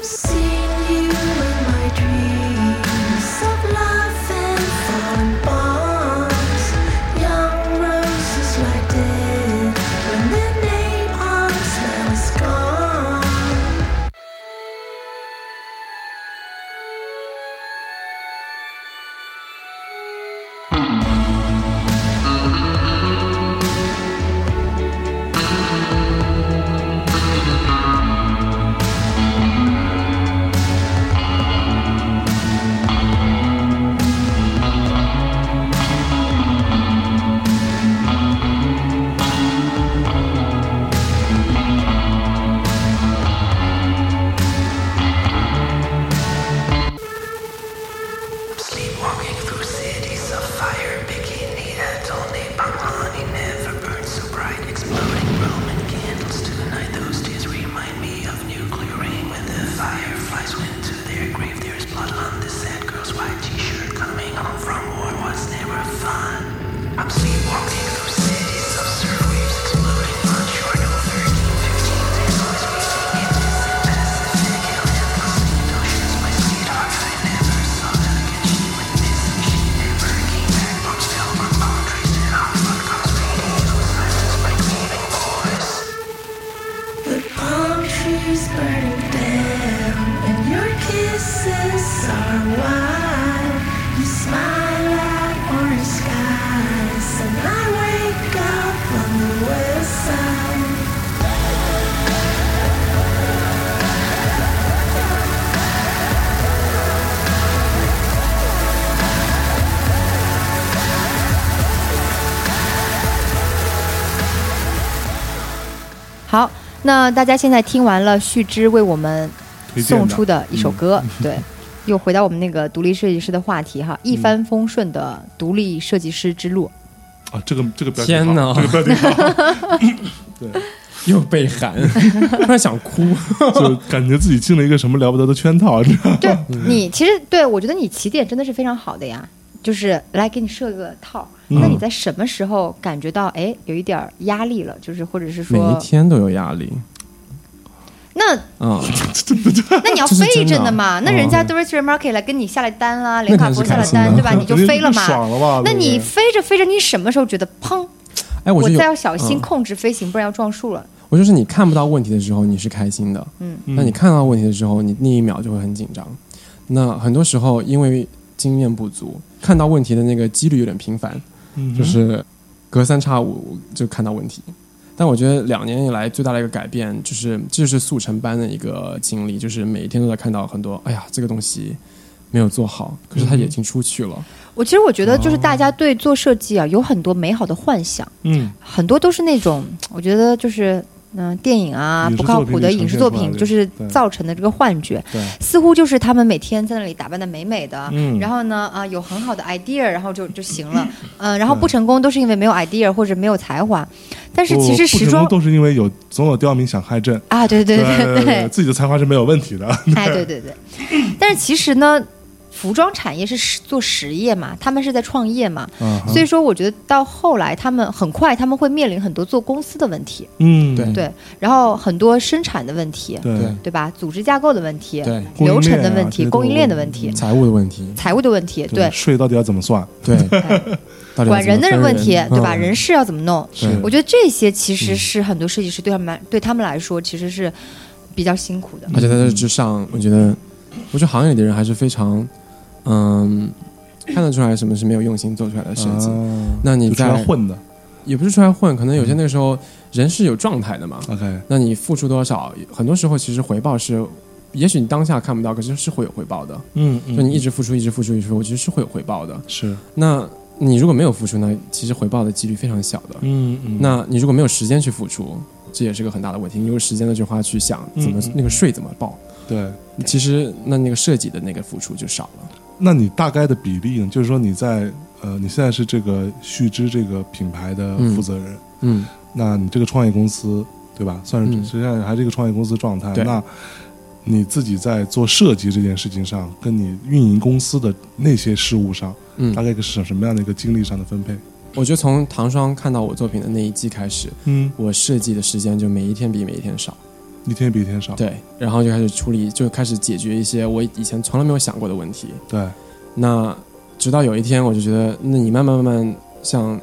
Seeing you in my dreams of love and fallen bombs. Young roses like dead when the name on smell is gone.
Sleepwalking through cities of fire, bikini atoll, napalm honey never burned so bright. Exploding Roman candles tonight, those tears remind me of nuclear rain. When the fireflies went to their grave, there's blood on this sad girl's white t-shirt. Coming home from war was never fun. I'm sleepwalking through cities of surf waves, exploding on shore. No 13, 15 days, always wasting inches in Pacific. Hell, endless oceans, my sweetheart, I never saw that again. She went missing, she never came back. Bumps fell from palm trees and hot rod cars. Radio silence, my grieving voice.
The palm trees burning down, and your kisses are wild. You smile at orange skies, and I wake up on the west side.
好，那大家现在听完了旭之为我们
推荐
送出的一首歌，对，又回到我们那个独立设计师的话题
嗯
哈，一帆风顺的独立设计师之路，
啊，这个这个标题
天
好
哪
这个标题
(laughs)
好，
又被 (laughs) 喊，突然想哭。
就感觉自己进了一个什么了不得的圈套，知道吗？
对
嗯
你其实对我觉得你起点真的是非常好的呀，就是来给你设个套，
嗯
那你在什么时候感觉到哎有一点儿压力了，就是或者是
每一
说，
天都有压力
那
啊、
那你要
(laughs) 这是
飞
真的
的嘛，那
嗯
人家 Doris Market 来跟你下来单啦，联
那
卡
肯定
国
是
下
开
来
心的
单对吧？你就
肯定
飞了嘛，
爽了吧？
那
对不
你
对
飞着飞着，你什么时候觉得砰？
哎，
我
我是有
再要小心
嗯
控制飞行，不然要撞树了。
我就是你看不到问题的时候，你是开心的。
嗯
那你看到问题的时候，你那一秒就会很紧张。那很多时候因为经验不足，看到问题的那个几率有点频繁，
嗯哼
就是隔三差五就看到问题。但我觉得两年以来最大的一个改变，就是这就是速成班的一个经历，就是每一天都在看到很多，哎呀，这个东西没有做好，可是它已经出去了。
我其实我觉得，
哦
就是大家对做设计啊，有很多美好的幻想，
嗯，
很多都是那种我觉得就是嗯、电影啊
影视
不靠谱的
作品
影视作品，
呈现出来的
就是
对
造成的这个幻觉，
对，
似乎就是他们每天在那里打扮的美美的，
嗯
啊然后呢啊、有很好的 idea，然后就就行了，嗯、然后不成功都是因为没有 idea 或者没有才华，但是其实
不不
时
成功
装
都是因为有总有刁民想害朕，
啊，对对
对
对 (laughs)
自己的才华是没有问题的。
哎，对对对。但是其实呢，服装产业是实做实业嘛，他们是在创业嘛，
啊哈，
所以说我觉得到后来他们很快他们会面临很多做公司的问题，
嗯，
对
对，然后很多生产的问题，
对
对
对吧？组织架构的问题，
对
供应
流程
链
的
啊
问
这
题，
些
供应
都
链的问题，
财务的问题，
财务的问题，对，
税到底要怎么算？
对，
(laughs) 哎
到底要
管人的
怎么
问
分
题，对吧？
嗯
人事要怎么弄？
是
我觉得这些其实是很多设计师对他们来对他们来说其实是比较辛苦的。
而且在这之上，我觉得，我觉得行业里的人还是非常，嗯，看得出来什么是没有用心做出来的设计。
啊
那你
就出
在
来混的
也不是出来混，可能有些那个时候人是有状态的嘛。
，OK，
那你付出多少，很多时候其实回报是，也许你当下看不到，可是是会有回报的。
嗯，
就你一直付出，一直付出，一直付出，其实是会有回报的。
是，
那你如果没有付出呢，其实回报的几率非常小的。
嗯嗯
那你如果没有时间去付出，这也是个很大的问题。你有时间的这话去想怎么
嗯嗯
那个税怎么报，
对，
其实那那个设计的那个付出就少了。
那你大概的比例呢？就是说你在呃，你现在是这个旭之这个品牌的负责人，
嗯，
那你这个创业公司对吧？算是
嗯
实际上还是一个创业公司状态。
对
那你自己在做设计这件事情上，跟你运营公司的那些事务上，
嗯
大概一个是什么样的一个精力上的分配？
我觉得从唐双看到我作品的那一季开始，
嗯，
我设计的时间就每一天比每一天少。
一天比一天少。
对，然后就开始处理，就开始解决一些我以前从来没有想过的问题。
对
那直到有一天，我就觉得，那你慢慢慢慢像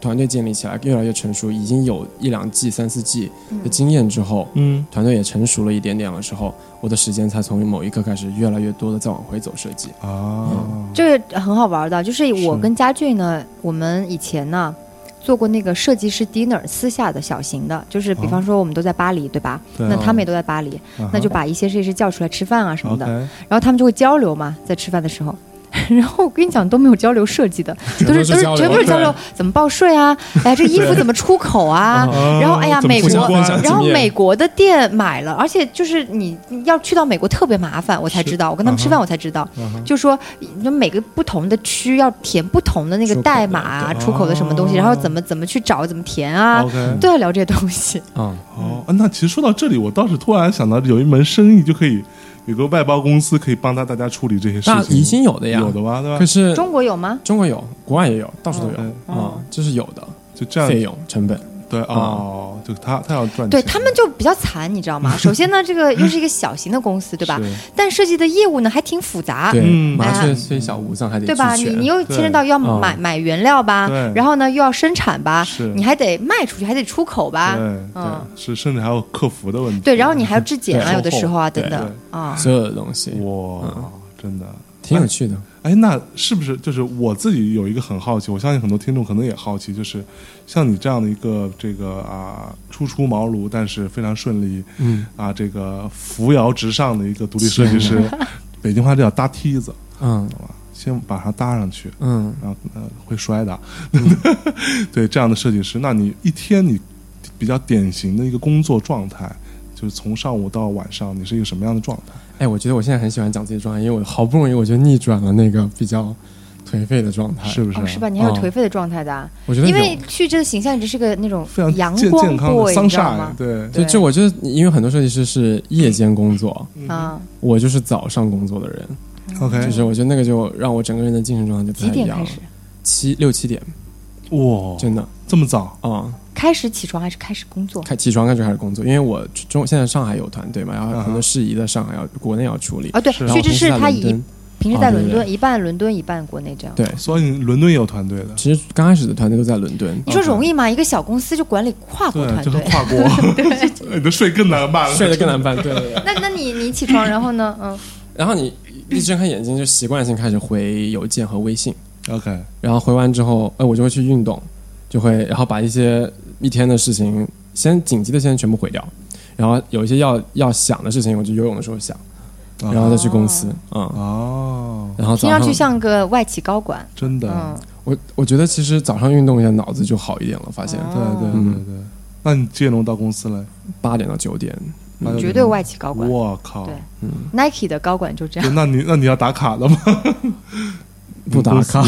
团队建立起来，越来越成熟，已经有一两季、三四季的经验之后，
嗯，
团队也成熟了一点点了之后，我的时间才从某一刻开始越来越多的再往回走设计。
啊，
这个很好玩的，就是我
是
跟佳俊呢，我们以前呢做过那个设计师 dinner，私下的小型的，就是比
哦
方说我们都在巴黎，对吧？
对
那他们也都在巴黎，
啊哈
那就把一些设计师叫出来吃饭啊什么的，
OK，
然后他们就会交流嘛，在吃饭的时候。 (laughs) 然后我跟你讲，都没有交流设计的，都是
全部
都是
是交流
全部是交流，怎么报税
(laughs)
啊？哎，这衣服怎么出口啊？然后哎呀，
怎么
美
互
国
相关
然
然后
嗯经验
美国的店买了，而且就是你你要去到美国特别麻烦，我才知道。我跟
嗯
他们吃饭，我才知道，
啊
就说那每个不同的区要填不同的那个
出口的
代码啊、
对
出口的什么东西，
哦
然后怎么怎么去找，怎么填啊，
哦
OK
都要聊这些东
(laughs)
西。
嗯，
哦，那其实说到这里，我倒是突然想到有一门生意就可以有个外包公司可以帮他大家处理这些事
那
情，
已经有的呀，
有的吧，对
可
吧？
是
中国有吗？
中国有，国外也有，到处都有啊、
嗯
这是有的。
就这样
费用成本，
对哦，就他他要赚钱，
啊对他们就比较惨，你知道
(laughs)
吗？首先呢，这个又是一个小型的公司，对吧
是？
但涉及的业务呢还挺复杂。
对，
嗯
麻
哎
雀
呀
虽小，五脏还得
对吧？
俱
你
全
你又牵扯
对
到要
嗯
买买原料吧
对，
然后呢又要生产吧
是，
你还得卖出去，还得出口吧，
对
嗯，
对是，甚至还有客服的问题，
对，然后你还要质检啊，
对
有的时候啊
售后
等等啊，
所有的东西，
嗯
哇，真的。
挺有趣的。
哎，那是不是就是我自己有一个很好奇，我相信很多听众可能也好奇，就是像你这样的一个这个啊初出茅庐，但是非常顺利，
嗯
啊这个扶摇直上的一个独立设计师，北京话这叫搭梯子，
嗯
懂吧？先把它搭上去，
嗯，
然后呃会摔的， (laughs) 对这样的设计师，那你一天你比较典型的一个工作状态，就是从上午到晚上，你是一个什么样的状态？
哎，我觉得我现在很喜欢讲自己的状态，因为我好不容易我就逆转了那个比较颓废的状态。
是，不是？
哦是吧？你还有
嗯
颓废的状态的啊，
我觉得
因
嗯有
为旭这个形象一直是个那种
非常
阳
健
光
健康的
boy，
桑
你知道
煞
吗，？嗯
对，
就就我觉得，因为很多设计师是夜间工作，
啊，
我就是早上工作的人，
OK，
就是我觉得那个就让我整个人的精神状态就不
几
太一
点
样
开
了。
始？
七六七点，
哇，
真的
这么早
啊，
开始起床还是开始工作？
开起床开始开始工作，因为我中现在上海有团队嘛，然后很多事宜在上海要国内要处理
啊，，对，
是
然后
旭这
平时
是
在
他
伦
一
敦
平时
啊
在
对
伦
对
敦，一半伦敦，一半国内这样。
对，
所以伦敦也有团队的，
其实刚开始的团队都在伦敦，
你说容易吗？一个小公司就管理跨国
对，
团
就是
队，(laughs)
跨 (laughs) 国，哎你的税更难办了，
睡得更难办，对对对。
那那你你起
(laughs)
床然后呢？嗯，
然后你一睁开眼睛就习惯性开始回邮件和微信，
OK，
然后回完之后，哎，我就会去运动，就会然后把一些一天的事情先紧急的先全部毁掉，然后有一些要要想的事情，我就游泳的时候想，
啊
然后再去公司，嗯，
哦，
然后
听
早
上去
上
像个外企高管。
真的，
嗯，
我我觉得其实早上运动一下脑子就好一点了，发
嗯
现
对对对对，那你几点钟到公司来？
八点到九点，哎
八九点
绝对外企高管。
我靠，
对，Nike 的高管就这样。
那你那你要打卡了
(laughs)
吗？
不打卡，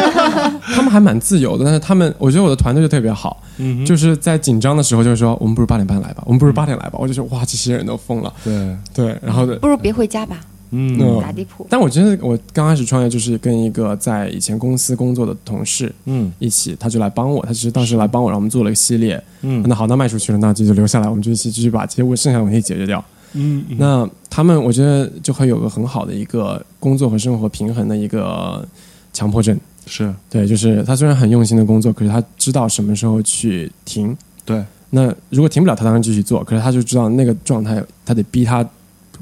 (laughs) 他们还蛮自由的，但是他们我觉得我的团队就特别好，
嗯就
就是在紧张的时候就会说我们不如八点半来吧，我们不如八点来吧，我就说哇这些人都疯了，
对，
对，然后
不如别回家吧。
(laughs) 嗯
嗯
打地铺。
但我觉得我刚开始创业就是跟一个在以前公司工作的同事
嗯
一起，他就来帮我，他只是当时来帮我，然后我们做了一个系列。
嗯
那好，那卖出去了，那这就留下来，我们就一起继续把这些问剩下的问题解决掉。
嗯嗯
那他们我觉得就会有个很好的一个工作和生活平衡的一个强迫症。
是
对，就是他虽然很用心的工作，可是他知道什么时候去停。
对
那如果停不了，他当然继续做，可是他就知道那个状态，他得逼他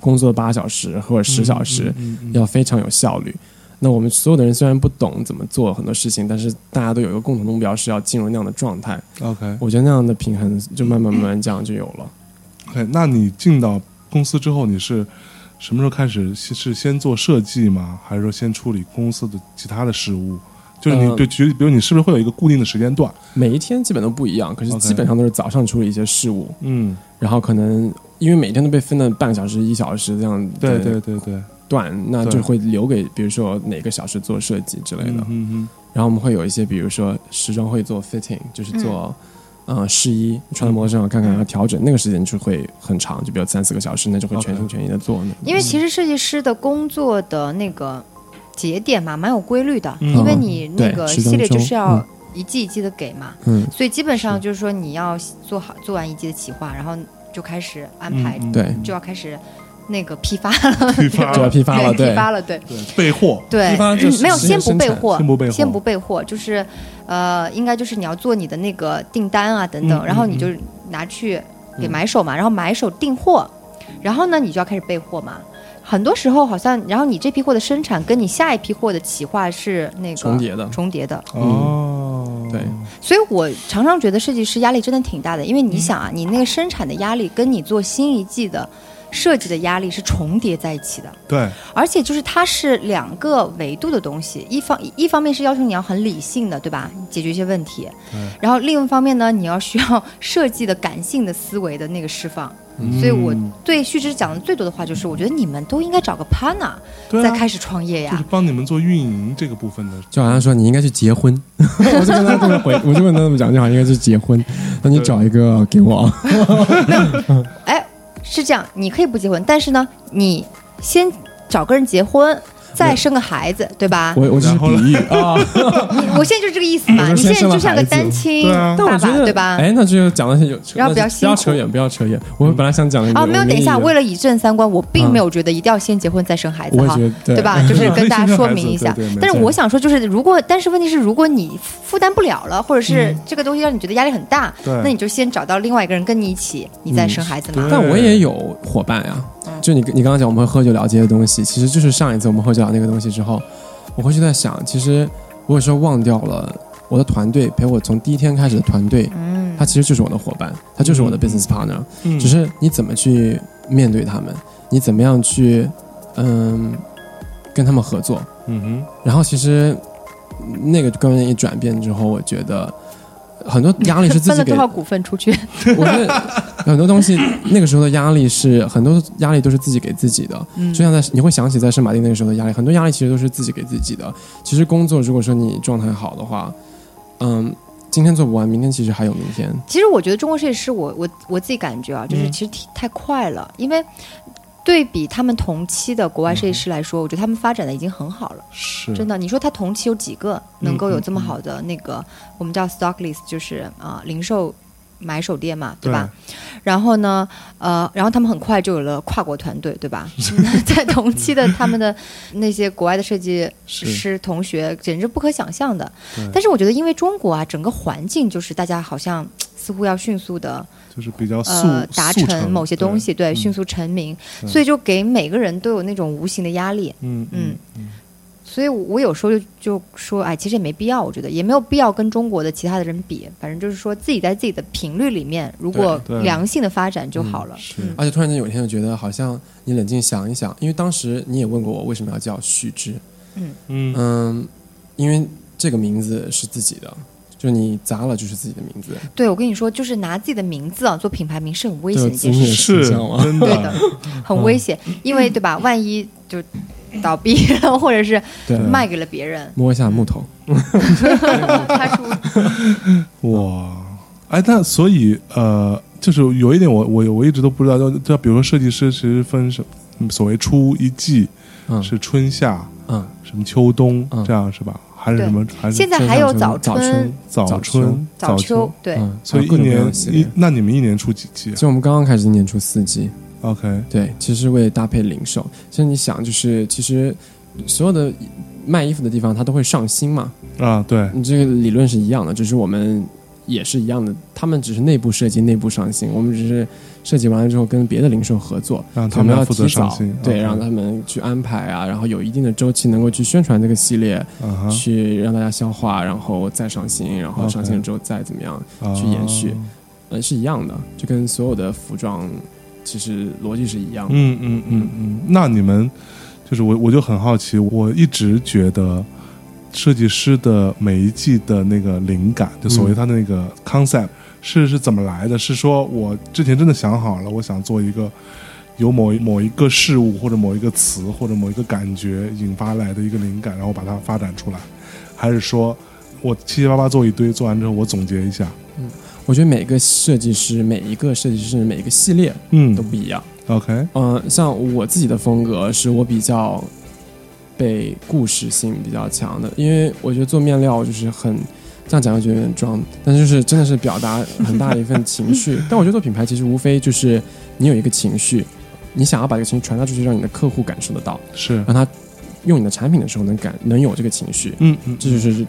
工作八小时或者十小时，
嗯嗯嗯
要非常有效率。那我们所有的人虽然不懂怎么做很多事情，但是大家都有一个共同的目标，是要进入那样的状态。
OK
我觉得那样的平衡就慢慢慢慢这样就有了。
OK，那你进到公司之后，你是什么时候开始？是是先做设计吗？还是说先处理公司的其他的事务？就是你
呃
对举，比如你是不是会有一个固定的时间段？
每一天基本都不一样，可是
OK
基本上都是早上处理一些事务，
嗯，
然后可能因为每天都被分了半个小时、一小时这样
对
的
对对对，
段，那
对
就会留给比如说哪个小时做设计之类的。
嗯
然后我们会有一些，比如说时装会做 fitting，就是做、
嗯
呃试衣，穿在模特上看看要调整，那个时间就会很长，就比如三四个小时，那就会
OK
全心全意的做那个。
因为其实设计师的工作的那个节点嘛，蛮有规律的，
嗯
因为你那
对
个
十
系列
分钟
就是要
嗯
一季一季的给嘛，
嗯，
所以基本上就是说你要做好做完一季的企划，然后就开始安排，
嗯嗯
对，
就要开始那个批发了，
批发
就要批发了，
(laughs) 对，
对
批，发了，对。
对，备货，
对嗯
批发就，是
没有
直
先
接
不
生
备
产
货，
先不备货
先不备货，就是呃，应该就是你要做你的那个订单啊等等，
嗯
然后
嗯
你就拿去给买手嘛，然后买手订货，然后呢你就要开始备货嘛。很多时候好像，然后你这批货的生产跟你下一批货的企划是那个
重叠的
重叠的，
嗯哦，
对，
所以我常常觉得设计师压力真的挺大的，因为你想啊，你那个生产的压力跟你做新一季的设计的压力是重叠在一起的。
对，啊
而且就是它是两个维度的东西，一方一方面是要求你要很理性的，对吧？解决一些问题
对，
然后另一方面呢，你要需要设计的感性的思维的那个释放。
嗯
所以我对旭之讲的最多的话就是，我觉得你们都应该找个 partner
对
再
啊，
开始创业
就是
呀。
帮你们做运营这个部分的，
就好像说你应该去结婚， (laughs) 我就跟他这么回，我就跟他这么讲，就好像应该去结婚，那你找一个给我啊，
哎，是这样，你可以不结婚，但是呢，你先找个人结婚，再生个孩子，对吧？
(laughs) 我我只是
然后
比
呢
喻啊，
我我现在就是这个意思嘛。
我就
你现
先
在
生了
就像个
孩子
单亲
对啊
但
爸
我觉
爸，
得
对吧？
哎，那就讲的很有，
然后比较
那
辛
不
苦
要扯远，不要扯远，我本来想讲的
啊，没有，等一下，为
了
了以正三观，我并
嗯
没有觉得一定要先结婚再生孩子
我也
哈，
觉得对
对吧？就是跟
(laughs)
大家说明一下
对对对。没
但是
错
我想说，就是如果，但是问题是，如果你负担不了了，或者
嗯
是这个东西让你觉得压力很大，
对
那你就先找到另外一个人跟你一起，你再生孩子嘛。
对
但我也有伙伴呀、
嗯
就你你刚刚讲我们会喝酒聊这些东西，其实就是上一次我们喝酒聊那个东西之后，我回去在想，其实我有时候忘掉了我的团队陪我从第一天开始的团队，
嗯，
他其实就是我的伙伴，他就是我的 business partner，、
嗯
只是你怎么去面对他们，你怎么样去嗯跟他们合作，
嗯
然后其实那个观念一转变之后，我觉得。很多压力是
(laughs)
自
分
己
了
给
多少股份出去？ (laughs)
(laughs) 我觉得很多东西，那个时候的压力是很多压力都是自己给自己的。
嗯
就像在你会想起在圣马丁那个时候的压力，很多压力其实都是自己给自己的。其实工作如果说你状态好的话，嗯，今天做不完，明天其实还有明天。
其实我觉得中国设计师，我我我自己感觉啊，就是
嗯
其实挺太快了，因为对比他们同期的
嗯
国外设计师来说，我觉得他们发展的已经很好了。
哼，是
真的，你说他同期有几个能够有这么
嗯嗯嗯
好的那个，我们叫 stock list，就是啊、呃零售买手店嘛，
对
吧？？然后呢，呃，然后他们很快就有了跨国团队，对
(laughs)
吧？嗯在同期的他们的那些国外的设计
是
师同学，简直不可想象的
对。
但是我觉得，因为中国啊，整个环境就是大家好像似乎要迅速的
就是比哦较速
呃达
速
成某些东，西，对，
嗯
迅速成名，
对
所以就给每个人都有那种无形的压力。
对嗯嗯
嗯，所以我，我有时候就就说，哎，其实也没必要，我觉得也没有必要跟中国的其他的人比，反正就是说自己在自己的频率里面，如果
对对
良性的发展就好了。
是
嗯
而且突然间有一天，就觉得好像你冷静想一想，因为当时你也问过我为什么要叫旭之，
嗯
嗯，因为这个名字是自己的，就你砸了就是自己的名字，
对，我跟你说，就是拿自己的名字啊做品牌名嗯是很危险的一件
对
事，
有
是
形象吗
真
对的
的，
很危险，因为对吧？万一就倒闭了， (laughs) 或者是
对，，
卖给了别人
摸一下木头，
他出
哇！哎，那所以呃，就是有一点我我我一直都不知道，就就比如说设计师其实分什所谓初一季
嗯
是春夏，
嗯，
什么秋冬
嗯
这样是吧？还是
对
什么？还是
现在还有
早
早
春
春、
早春
春、
早
秋
秋，，对，
嗯，
所以
各
一
种各样
年
的系
一
列。，
那你们一年出几季
所以我们刚刚开始一年出四季，
？OK，
对，其实为搭配零售，其实你想，就是其实所有的卖衣服的地方，它都会上新嘛，
啊，对，
你这个理论是一样的，只是我们也是一样的，他们只是内部设计、内部上新，我们只是设计完了之后跟别的零售合作，
让他
我
们
们要
负
提
责上
早
新，
对，
啊
让他们去安排啊，然后有一定的周期能够去宣传这个系列，
啊哈
去让大家消化，然后再上新，然后
OK
上新了之后再怎么样，
啊
去延续呃，是一样的，就跟所有的服装其实逻辑是一样的。
嗯嗯嗯嗯，那你们就是我，我就很好奇，我一直觉得设计师的每一季的那个灵感，就所谓他的那个 concept、是是怎么来的？是说我之前真的想好了，我想做一个有某一某一个事物或者某一个词或者某一个感觉引发来的一个灵感，然后把它发展出来，还是说我七七八八做一堆，做完之后我总结一下？
我觉得每个设计师、每一个设计师、每一个系列
嗯
都不一样。
，OK，
嗯、像我自己的风格是我比较被故事性比较强的，因为我觉得做面料就是很。这样讲我觉得有点装，但是就是真的是表达很大的一份情绪。但我觉得做品牌其实无非就是你有一个情绪，你想要把这个情绪传达出去，让你的客户感受得到，
是，
让他用你的产品的时候能感能有这个情绪，
嗯嗯，
这就是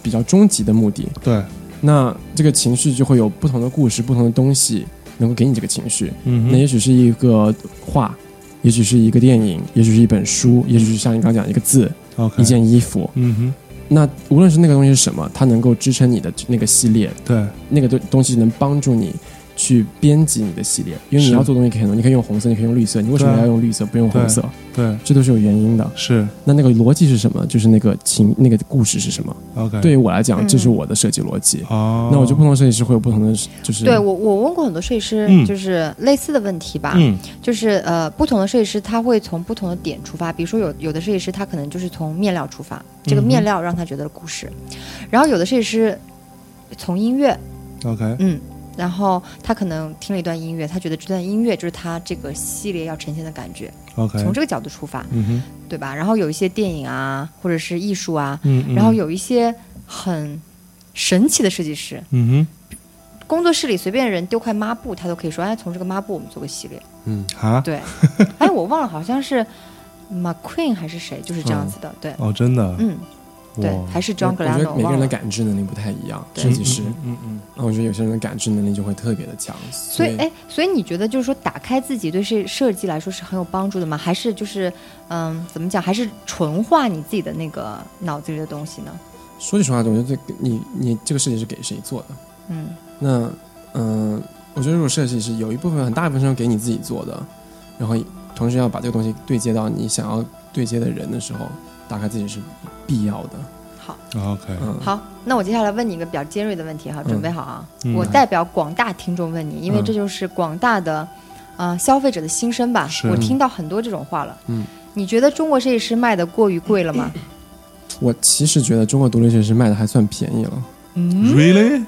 比较终极的目的。
对，
那这个情绪就会有不同的故事、不同的东西能够给你这个情绪。
嗯哼
那也许是一个画，也许是一个电影，也许是一本书，也许是像你刚刚讲一个字、
，OK，
一件衣服。
嗯哼，
那无论是那个东西是什么，它能够支撑你的那个系列，
对。
那个东东西能帮助你去编辑你的系列。因为你
是
要做东西，可能你可以用红色，你可以用绿色，你为什么
对啊
要用绿色不用红色？
对，
这都是有原因的。
是
那那个逻辑是什么？就是那个情那个故事是什么？
OK。
对于我来讲，
嗯
这是我的设计逻辑。
哎哦，
那我就不同的设计师会有不同的，就是
对我，我问过很多设计师，
嗯
就是类似的问题吧，
嗯
就是呃，不同的设计师他会从不同的点出发，比如说有有的设计师他可能就是从面料出发，这个
嗯哼
面料让他觉得故事，然后有的设计师从音乐，
OK
嗯，然后他可能听了一段音乐，他觉得这段音乐就是他这个系列要呈现的感觉，
OK，
从这个角度出发，
嗯哼
对吧？然后有一些电影啊，或者是艺术啊，
嗯嗯，
然后有一些很神奇的设计师，
嗯
工作室里随便人丢块抹布，他都可以说，哎，从这个抹布我们做个系列。
哼啊
(laughs)
对，哎，我忘了，好像是 McQueen 还是谁，就是这样子的。对，
哦，真的
嗯，对，
哇
还是
嗯我
John
我觉
Galliano，
得每个
忘
人的
了。
感知能力不太一样，
对
设计师，
嗯嗯
那我觉得有些人的感知能力就会特别的强，
所
所
以，哎，所以你觉得就是说，打开自己对设设计来说是很有帮助的吗？还是就是，嗯，怎么讲？还是纯化你自己的那个脑子里的东西呢？嗯
说句实话，我觉得这个你你这个设计是给谁做的？
嗯
那嗯、我觉得如果设计是有一部分很大一部分是给你自己做的，然后同时要把这个东西对接到你想要对接的人的时候，打开自己是必要的。
，OK，
嗯，
好，那我接下来问你一个比较尖锐的问题哈，准备好啊！
嗯
我代表广大听众问你，因为
嗯
这就是广大的啊、呃消费者的心声吧
是。
我听到很多这种话了。
嗯，
你觉得中国设计师卖的过于贵了吗？
我其实觉得中国独立设计师卖的还算便宜了。
嗯，
Really？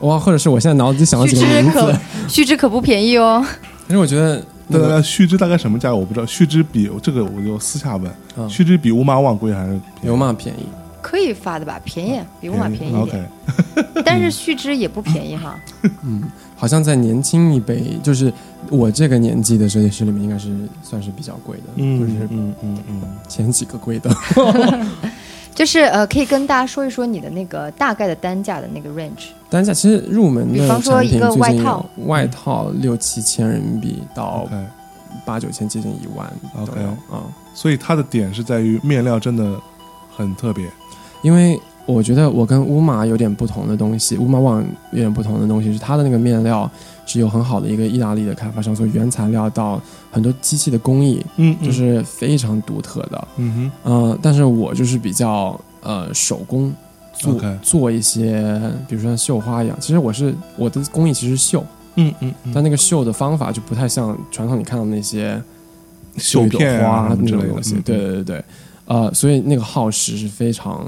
哇，或者是我现在脑子里想到
须
几个
知
名
可 (laughs)
字，
须知可不便宜哦。
但是我觉得那
对对
个
对，须知大概什么价格我不知道，须知比这个我就私下问，
嗯
须知比乌马旺贵还是
有嘛便宜。
可以发的吧，便
哦
宜，比沃玛便宜一点。
？OK，
但
嗯
是须知也不便宜哈。
好像在年轻一辈，就是我这个年纪的设计师里面，应该是算是比较贵的，就是
嗯嗯嗯嗯，
前几个贵的。 (laughs)
就是呃，可以跟大家说一说你的那个大概的单价的那个 range。
单价其实入门
比
的
方说
产品
一个
最近
外
有
套
外套六七千人民币到
OK，
八九千，接近一万都
OK
有啊。
所以它的点是在于面料真的很特别，
因为我觉得我跟乌马有点不同的东西，乌马网有点不同的东西是它的那个面料是有很好的一个意大利的开发商，所以原材料到很多机器的工艺
嗯
就，是非常独特的。
嗯
嗯，但是我就是比较呃手工做
OK
做一些，比如说像绣花一样。其实我是我的工艺其实是绣，
哼，嗯嗯嗯，
但那个绣的方法就不太像传统你看到那些
(laughs) 绣
一朵
片啊
花
什么
那
之
种
类
东西。
的，
对对对对，呃，所以那个耗时是非常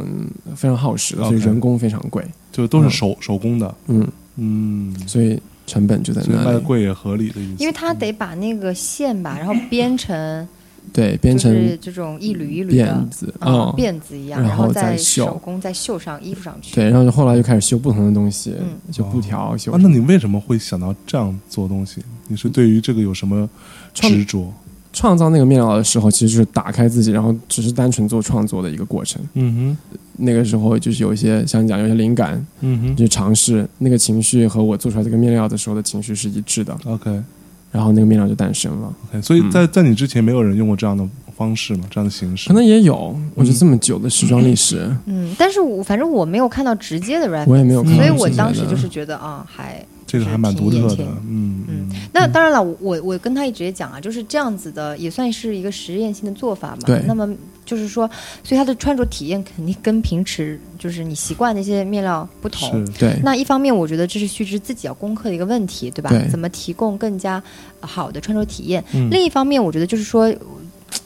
非常耗时的，所以
OK
人工非常贵。
就都是手手工的，
嗯，
嗯
所以成本就在
所以
那
卖的
里。
贵也合理的意思。
因为它得把那个线吧，然后编成
对，
就
(coughs) 编成
是这种一缕一缕的
辫子
啊
哦
辫子一样，
然
然
后
后
再绣
手工再绣上衣服上去。
对，然后就后来又开始修不同的东西，
嗯
修布条，修
啊，那你为什么会想到这样做东西？你是对于这个有什么
创
执着？
创造那个面料的时候，其实就是打开自己，然后只是单纯做创作的一个过程。
嗯哼，
那个时候就是有一些像你讲有一些灵感，
嗯
就尝试那个情绪和我做出来这个面料的时候的情绪是一致的，
哼，OK
然后那个面料就诞生了。
OK，所以在在你之前没有人用过这样的方式嘛，这样的形式？
嗯可能也有，我觉得这么久的时装历史，
嗯，但是我反正我没有看到直接的 reference，
我也没有看
所
到
以
直接的
我当时就是觉得啊，还
这个还蛮独
是
特
挺
的
眼前，
嗯嗯，
那当然了，我我我跟他一直也讲啊，就是这样子的，也算是一个实验性的做法嘛。
对
那么就是说，所以他的穿着体验肯定跟平时就是你习惯那些面料不同。
是
对
那一方面，我觉得这是须知自己要攻克的一个问题，对吧？
对
怎么提供更加呃好的穿着体验？
嗯
另一方面，我觉得就是说，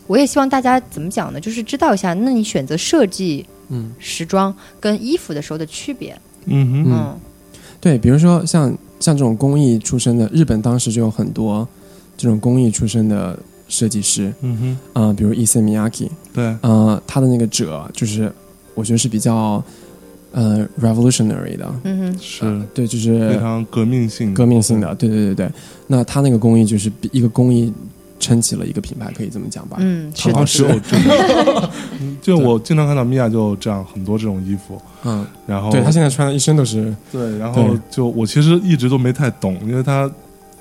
我也希望大家怎么讲呢？就是知道一下，那你选择设计
嗯
时装跟衣服的时候的区别。
嗯哼，
嗯对，比如说像像这种工艺出身的，日本当时就有很多这种工艺出身的设计师，
嗯哼，
啊、比如伊森米亚基，
对，
呃，他的那个褶就是我觉得是比较呃 revolutionary 的，
嗯哼，
是
对，就
非
是
常革命性，
革命性的，对对对对。那他那个工艺就是比一个工艺撑起了一个品牌，可以这么讲吧？
嗯，是
好哦像
的，
只
是
有
的，
这个嗯就我经常看到米娅就这样很多这种衣服，
嗯，
然后
对他现在穿的一身都是
对，然后
对
就我其实一直都没太懂，因为它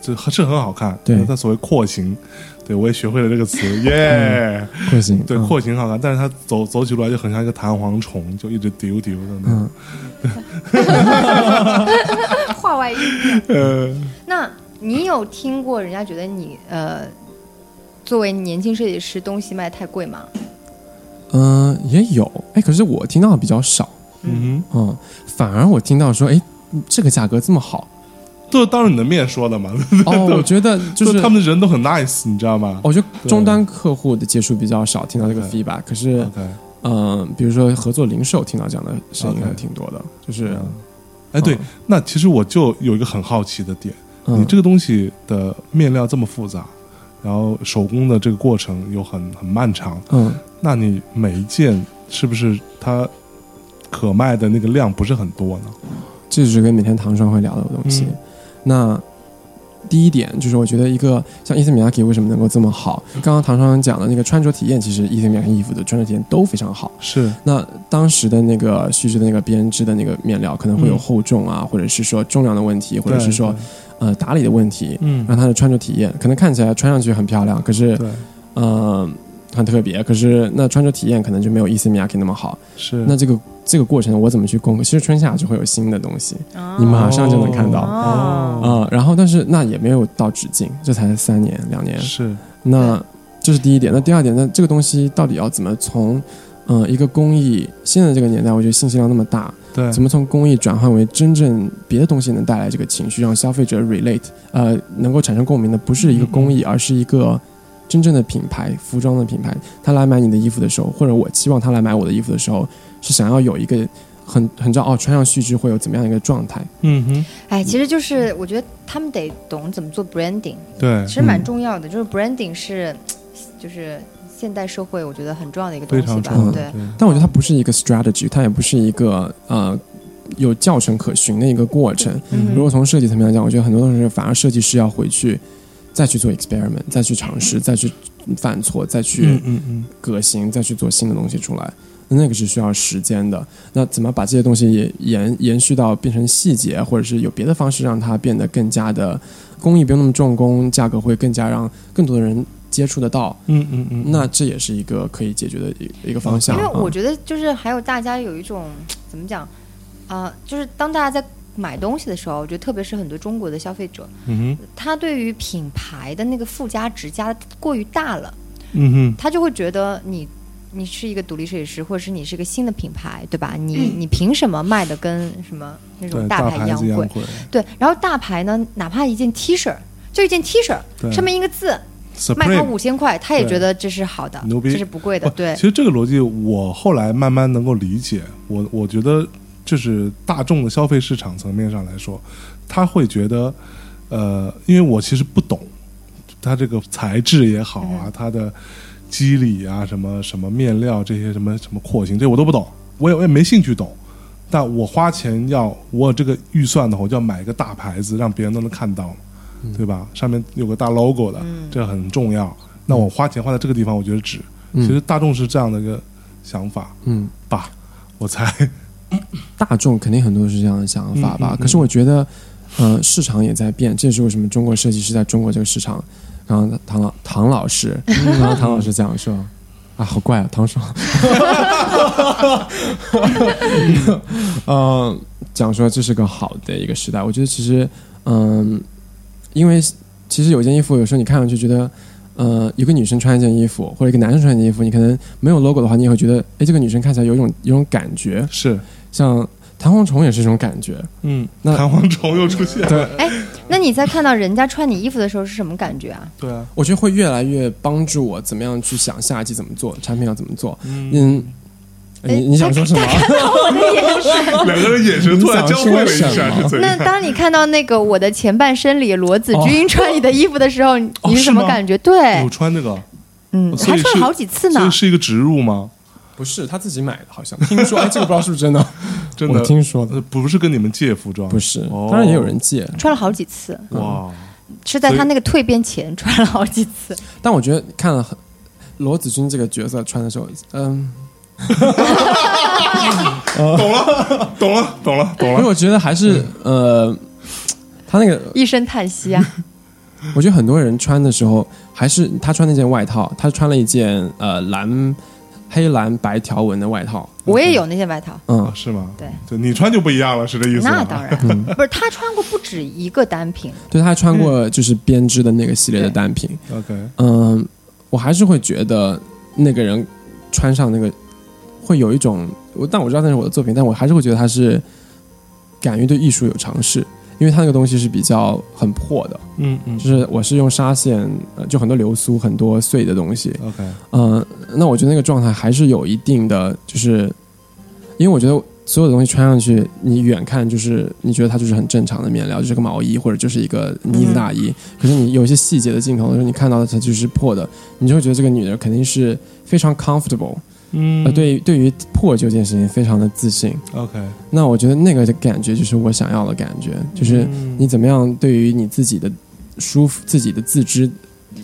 这是很好看，
对
它所谓廓形，对我也学会了这
(laughs)
个词，耶，
廓形，
对
嗯
廓形好看，但是它走走起路来就很像一个弹簧虫，就一直丢丢的那种
嗯，
话外音。
呃，
那你有听过人家觉得你呃，作为年轻设计师东西卖太贵吗？
嗯、也有，哎，可是我听到的比较少，
嗯
嗯，反而我听到说，哎，这个价格这
(laughs)
么
哼，
好，
都是当着你的面说的嘛，
哦，我觉得就是
他，们人都很 nice，你知道吗
我觉得终端客户的接触比较少，听到这个
对
feedback，可是，
？OK，
嗯、比如说合作零售，听到这样的声音
OK
还挺多的，就是，
哎，对
嗯，
那其实我就有一个很好奇的点，
嗯，
你这个东西的面料这么复杂，然后手工的这个过程又很很漫长。
嗯，
那你每一件是不是它可卖的那个量不是很多呢？
这就是跟每天糖霜会聊到的东西。
嗯
那第一点就是，我觉得一个像伊森米亚基为什么能够这么好？
嗯
刚刚唐霜讲的那个穿着体验，其实伊森米亚基衣服的穿着体验都非常好。
是，
那当时的那个须知的那个编织的那个面料，可能会有
嗯
厚重啊，或者是说重量的问题，或者是说
对，
呃打理的问题，
嗯
让它的穿着体验可能看起来穿上去很漂亮，可是
对，
呃很特别，可是那穿着体验可能就没有伊森米亚基那么好。
是
那这个这个过程我怎么去攻克？其实春夏就会有新的东西，你马上就能看到啊、
哦，
然后，但是那也没有到止境，这才三年两年。
是，
那这是第一点。那第二点，那这个东西到底要怎么从嗯、呃一个工艺现在这个年代，我觉得信息量那么大，
对，
怎么从工艺转换为真正别的东西能带来这个情绪，让消费者 relate，呃，能够产生共鸣的，不是一个工艺，而是一个。真正的品牌，服装的品牌，他来买你的衣服的时候，或者我期望他来买我的衣服的时候，是想要有一个很很知道哦，穿上须知会有怎么样一个状态。
嗯哼，
哎，其实就是我觉得他们得懂怎么做 branding，
对
其，实蛮重要的。就是 branding 是就是现代社会我觉得很重要的一个东
非
西
常
吧
重要，。
对
对，，
但我觉得它不是一个 strategy，它也不是一个呃有教程可循的一个过程。
嗯
如果从设计层面来讲，我觉得很多东西反而设计师要回去再去做 experiment，再去尝
嗯
试，再去犯错，再去
嗯嗯嗯，
革新，再去做新的东西出来。那个是需要时间的。那怎么把这些东西也延延续到变成细节，或者是有别的方式让它变得更加的工艺不用那么重工，价格会更加让更多的人接触得到？
嗯嗯嗯，
那这也是一个可以解决的一一个方向。
因为我
嗯
觉得就是还有大家有一种怎么讲啊、就是当大家在买东西的时候，我觉得特别是很多中国的消费者，
嗯哼，
他对于品牌的那个附加值加的过于大了，
嗯哼，
他就会觉得你你是一个独立设计师，或者是你是一个新的品牌，对吧？你你凭什么卖的跟什么那种
对，大
牌
牌
一样
子一样
贵？
贵，
对，然后大牌呢，哪怕一件 T 恤，就一件 T 恤，
对
上面一个字，卖他
Supreme
五千块，他也
对
觉得这是好的
牛，逼
这是不贵的，
不
对
其。实这个逻辑我后来慢慢能够理解，我我觉得就是大众的消费市场层面上来说，他会觉得呃，因为我其实不懂它这个材质也好
嗯
啊，它的肌理啊，什么什么面料这些什么什么廓形，这我都不懂，我也我也没兴趣懂。但我花钱要我有这个预算的话，我就要买一个大牌子，让别人都能看到，对吧？
嗯
上面有个大 logo 的，这很重要。那我花钱花在这个地方，我觉得值。
嗯
其实大众是这样的一个想法
嗯，
吧，我猜。
大众肯定很多是这样的想法吧。
嗯嗯嗯
可是我觉得，呃，市场也在变，这也是为什么中国设计师在中国这个市场。然后唐老唐老师，
嗯
然后唐老师讲说，啊，好怪啊，
(laughs)
唐爽，呃，讲说这是个好的一个时代。我觉得其实，嗯、因为其实有件衣服，有时候你看上去觉得，呃，有个女生穿一件衣服，或者一个男生穿一件衣服，你可能没有 logo 的话，你也会觉得，哎，这个女生看起来有一种有一种感觉，
(laughs) 是，
像弹簧虫也是一种感觉。
嗯，
那
弹簧虫又出现了。
对，
那你在看到人家穿你衣服的时候是什么感觉
(laughs)
啊？
对啊，
我觉得会越来越帮助我怎么样去想下一季怎么做，产品要怎么做。
嗯，
嗯，
哎
你你想说什么？
(laughs) 两个人眼神突然交汇了一
你想
下，
说
是怎
那
样？
当你看到那个我的前半身里罗子君穿你的衣服的时候，你
哦
你是什么
是吗
感觉？对
有，穿这个，
嗯，
所
还
以是
穿了好几次
所
呢
以。是一个植入吗？
不是他自己买的，好像听说，哎，这个不知道是不是 (laughs) 真的，
真
我
的，
听说的，
呃不是跟你们借服装，
不是，
哦
当然也有人借，
穿了好几次，
哇，
是在
所以
他那个蜕变前穿了好几
(laughs)
次。
但我觉得看了很罗子君这个角色穿的时候，嗯，
懂了，懂了，懂
因为
了。
我觉得还是呃，他那个
一声叹息啊！
我觉得很多人穿的时候，还是他穿那件外套，他穿了一件呃蓝黑蓝白条纹的外套，
我也有那件外
(laughs)
套，
嗯
(laughs)
啊，，是吗？
对
对，你穿就不一样了，是这意思吗？
那当然，
嗯
不是他穿过不止一个单品，
对他还穿过就是编织的那个系列的
对
单品，
OK，
嗯，我还是会觉得那个人穿上那个会有一种，我但我知道那是我的作品，但我还是会觉得他是敢于对艺术有尝试，因为他那个东西是比较很破的，
嗯嗯
就是我是用纱线，呃就很多流苏，很多碎的东西，
，OK，
嗯、那我觉得那个状态还是有一定的，就是因为我觉得所有的东西穿上去，你远看就是你觉得它就是很正常的面料，就是个毛衣或者就是一个呢子大衣。可是你有一些细节的镜头的时候，你看到它就是破的，你就会觉得这个女的肯定是非常 comfortable，、
嗯
呃，对，对于破这件事情非常的自信。
，OK，啊
那我觉得那个的感觉就是我想要的感觉，就是你怎么样对于你自己的舒服、自己的自知的。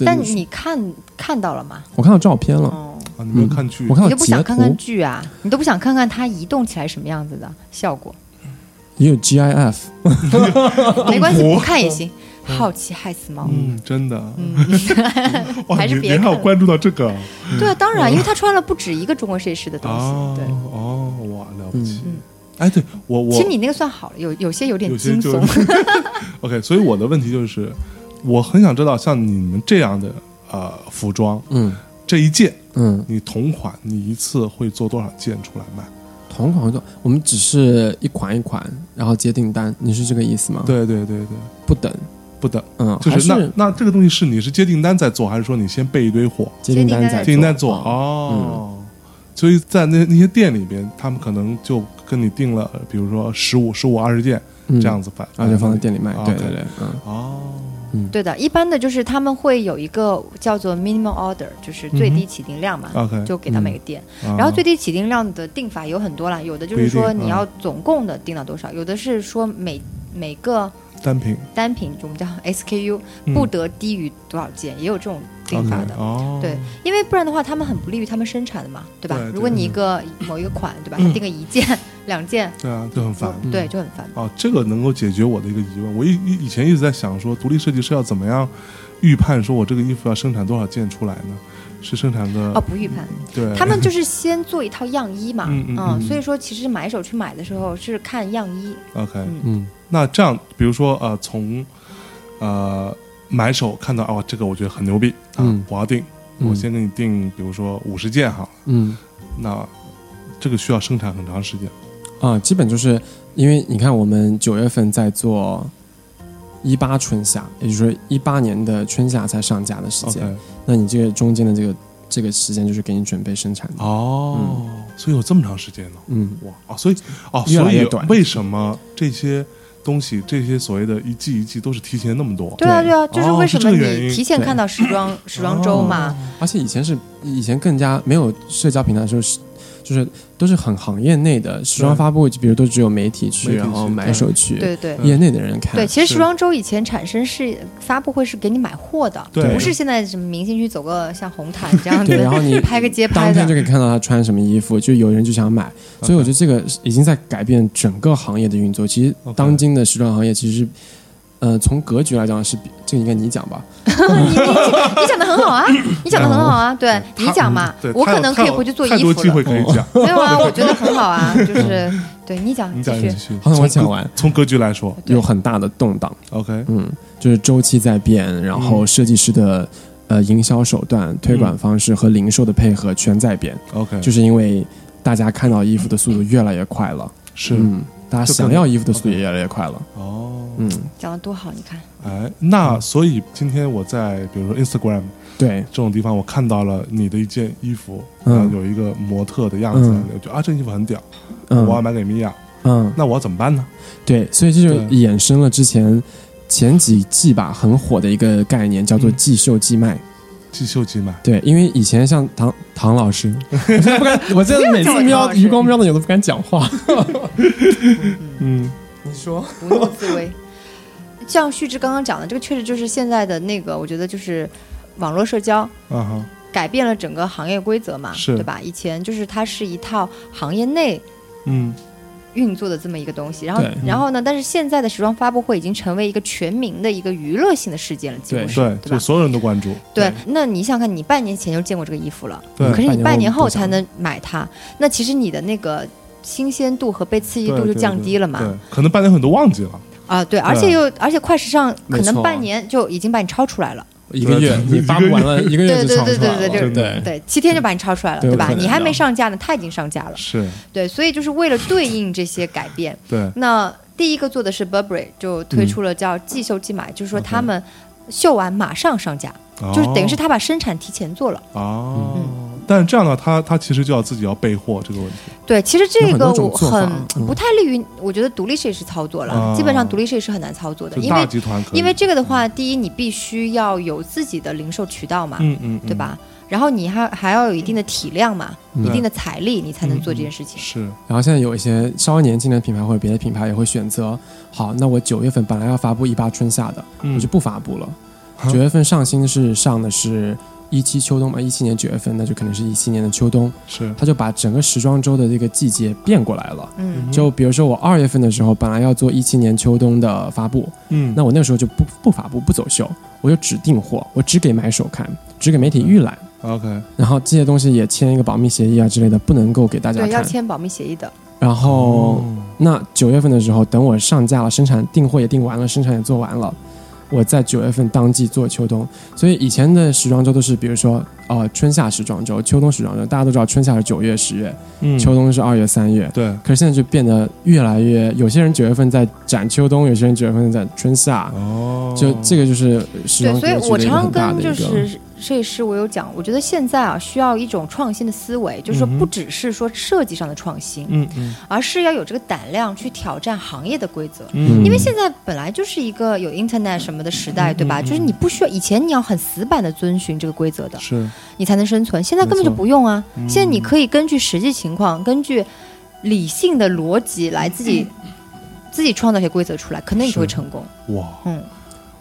但你看看到了吗？
我看到照片了，
哦，
啊，你没有看剧
我，看
你
到
都不
截
想看看
图，
剧啊？你都不想看看它移动起来什么样子的效
(laughs)
果？
也有 GIF，
没关系，
图
不看也行。好奇害死猫。
哦嗯，真的，
(laughs)
哇，
还是
你
别
你还有
看
关注到这个啊
对啊，当然，因为他穿了不止一个中国设计师的东
哦
西。对，
哦，哇，了不起
嗯嗯！
哎，对我我
其实你那个算好了，有有些有点
有些
惊
就
悚。 (laughs)
OK，所以我的问题就是，我很想知道像你们这样的呃服装
嗯
这一件，
嗯，
你同款你一次会做多少件出来卖？
同款活动，我们只是一款一款，然后接订单，你是这个意
嗯
思吗？，
对对对对，
不等，
不等，
嗯，
就
还
是那
是
那这个东西是你是接订单在做，还是说你先备一堆货，
接订单
在嗯
在
接订单做
啊。
哦？所以在那那些店里边，他们可能就跟你定了，比如说十五、十五、二十件
嗯
哦这样子摆，
然后就放在店里卖
啊。
对
OK
对对，嗯，
哦，
对的，一般的就是他们会有一个叫做 minimum order，就是最低起订量嘛，
嗯哼 OK 啊
就给他每个店。然后最低起订量的定法有很多啦，有的就
不
是
一定
说你
嗯
要总共的定到多少，有的是说每每个
单品
单品我们叫 (laughs) SKU
嗯
不得低于多少件，也有这种定
OK，
法的。
哦，
对，因为不然的话，他们很不利于他们生产的嘛，对吧？
对对嗯
如果你一个某一个款，对吧？他定个一件、 (laughs) 两件，
对啊，就很烦。
对，就很烦。
啊，这个能够解决我的一个疑问。我以以以前一直在想说，独立设计师要怎么样预判说我这个衣服要生产多少件出来呢？是生产个、
哦，不预判，
嗯对，
他们就是先做一套样衣嘛，
嗯嗯嗯
所以说其实买手去买的时候是看样衣，
OK、
嗯
嗯，
那这样，比如说呃，从呃买手看到哦，这个我觉得很牛逼啊，
嗯
我要定，
嗯
我先给你定，比如说五十件哈，
嗯
那这个需要生产很长时间。
啊，基本就是因为你看，我们九月份在做一八春夏，也就是说一八年的春夏才上架的时
OK，
间，那你这个中间的这个这个时间就是给你准备生产的。
哦，所以有这么长时间呢、
嗯，
哇啊！所以哦，
越来
所
越
以
短
为什么这些东西，这些所谓的一季一季都是提前那么多。
对啊，对啊，
对
就是
哦
为什
是这
么
个原因哦
你提前
对
看到时
(clears throat)
装时装周嘛？
而且以前是以前更加没有社交平台的时候是。就是都是很行业内的时装
对
发布会，就比如都只有嗯媒体去，
媒体
然后
去
买
对
手去，
对对
业内的人看。
对，其实
是
时装周以前产生是发布会是给你买货的，
对
不是现在什么明星去走个像红毯这样子，
对然后
(laughs)
你
拍个街拍
当天就
的。
可以看到他穿什么衣服，就有人就想买，所以我觉得这个已经在改变整个行业的运作。其实
OK
当今的时装行业，其实，呃，从格局来讲是比这个应该你讲吧，
(laughs) 你你你讲的很
(laughs)
好啊，你讲的很好啊，对你
嗯他
讲嘛
对，
我
他有
可能可以
太有
回去做
太
衣
多
服
机
了
会，可以讲，
没有啊，我觉得很好
(laughs)
啊，就是对你讲
嗯你
嗯继
讲
续嗯
继，续。
好那我
从
讲
格
完
从格局来说
对
有很大的动荡，
，OK，
嗯，就是周期在变，然后设计师的呃营销手段、推广方式和零售的配合全在变，
OK，
就是因为大家看到衣服的速度越来越快了，
是
嗯，大家
就
想
更
要衣服的速度
OK
也越来越快了，
哦，
嗯，
讲的多好，你看，
哎，那所以今天我在比如说 Instagram
对，
这种地方，我看到了你的一件衣服，
嗯
然后有一个模特的样子，
嗯
我觉得啊，这件衣服很屌，我要
嗯
买给米娅，
嗯。
那我要怎么办呢？
对，所以这就
对
衍生了之前前几季吧很火的一个概念，叫做
嗯
即秀即卖。
即秀即买，
对，因为以前像唐唐
(laughs)
老师，我现在不敢，我现在每次
不要叫我唐
瞄
老师
余光瞄的有都不敢讲话。
嗯，
你说，
不怒自威。 (laughs) 像旭志刚刚讲的，这个确实就是现在的那个，我觉得就是网络社交，
啊哈，
改变了整个行业规则嘛，
是
对吧？以前就是它是一套行业内
嗯，
运作的这么一个东西，然后
对
然后呢，但是现在的时装发布会已经成为一个全民的一个娱乐性的事件了，几乎
对
是
对，
对
就
吧？
所有人都关注，
对，那你想想看，你半年前就见过这个衣服了，
对
可是你半
半
年
年后
后
不想
才能买它，那其实你的那个新鲜度和被刺激
对
度就
对
降
对
低了嘛。
对，可能半年后你都忘记了，
啊，对，而且又而且快时尚可
没
能
错
半年就已经把你超出来了，
一个月
对
你发布完了，一个月就上出来了，
对对对对对对
不对
对，七天就把你超出来了，
哎对
对
有
吧
可？能
你还没
的
上架呢，它已经上架了，
是
对，所以就是为了对应这些改变，
对，
那第一个做的是 Burberry，就推出了叫即秀即买，
嗯
就是说他们秀完马上上架， (laughs) 就是等于是
哦
嗯他把生产提前做了。
哦。但是这样的话，他他其实就要自己要备货这个问题，
对，其实这
有很
个
多种
我
做法
很
嗯哦
不太利于，我觉得独立设计师操作了，
啊
基本上独立设计师很难操作的，
就
因
大
为
集团可以，
因为这个的话，第一你必须要有自己的零售渠道嘛，
嗯嗯，嗯
对？吧？然后你还还要有一定的体量嘛，一
嗯
对
定的财力，你才能做这件事情。
是
然后现在有一些稍微年轻的品牌或者别的品牌也会选择，好，那我九月份本来要发布一八春夏的，
嗯
我就不发布了。
啊
九月份上新是上的是一七秋冬嘛，一七年九月份，那就可能是一七年的秋冬。
嗯是，
他就把整个时装周的这个季节变过来了。
嗯
就比如说我二月份的时候，本来要做一七年秋冬的发布，
嗯
那我那时候就不不发布不走秀，我就只订货，我只给买手看，只给媒体预
哦
览，
OK，
然后这些东西也签一个保密协议啊之类的，不能够给大家
对，要
看。
签保密协议的。
然
哦
后那九月份的时候，等我上架了，生产订货也订完了，生产也做完了。我在九月份当季做秋冬，所以以前的时装周都是，比如说，呃，春夏时装周、秋冬时装周，大家都知道春夏是九月、十月，
嗯
秋冬是二月、三月，
对，
可是现在就变得越来越，有些人九月份在展秋冬，有些人九月份在春夏，
哦，
嗯就这个就是时
对，
装
所以
格局
我
的一个
常常
很大
跟
的
就
一个。
是设计师，我有讲，我觉得现在啊需要一种创新的思维，就是说
嗯
不只是说设计上的创新，
嗯嗯
而是要有这个胆量去挑战行业的规则。
嗯
因为现在本来就是一个有 Internet 什么的时代，对
嗯
吧？就是你不需要以前你要很死板的遵循这个规则的，
是
你才能生存。现在根本就不用啊！
嗯
现在你可以根据实际情况，根据理性的逻辑来自己、
嗯
自己创造一些规则出来，可能你就会
是
成功。
哇，
嗯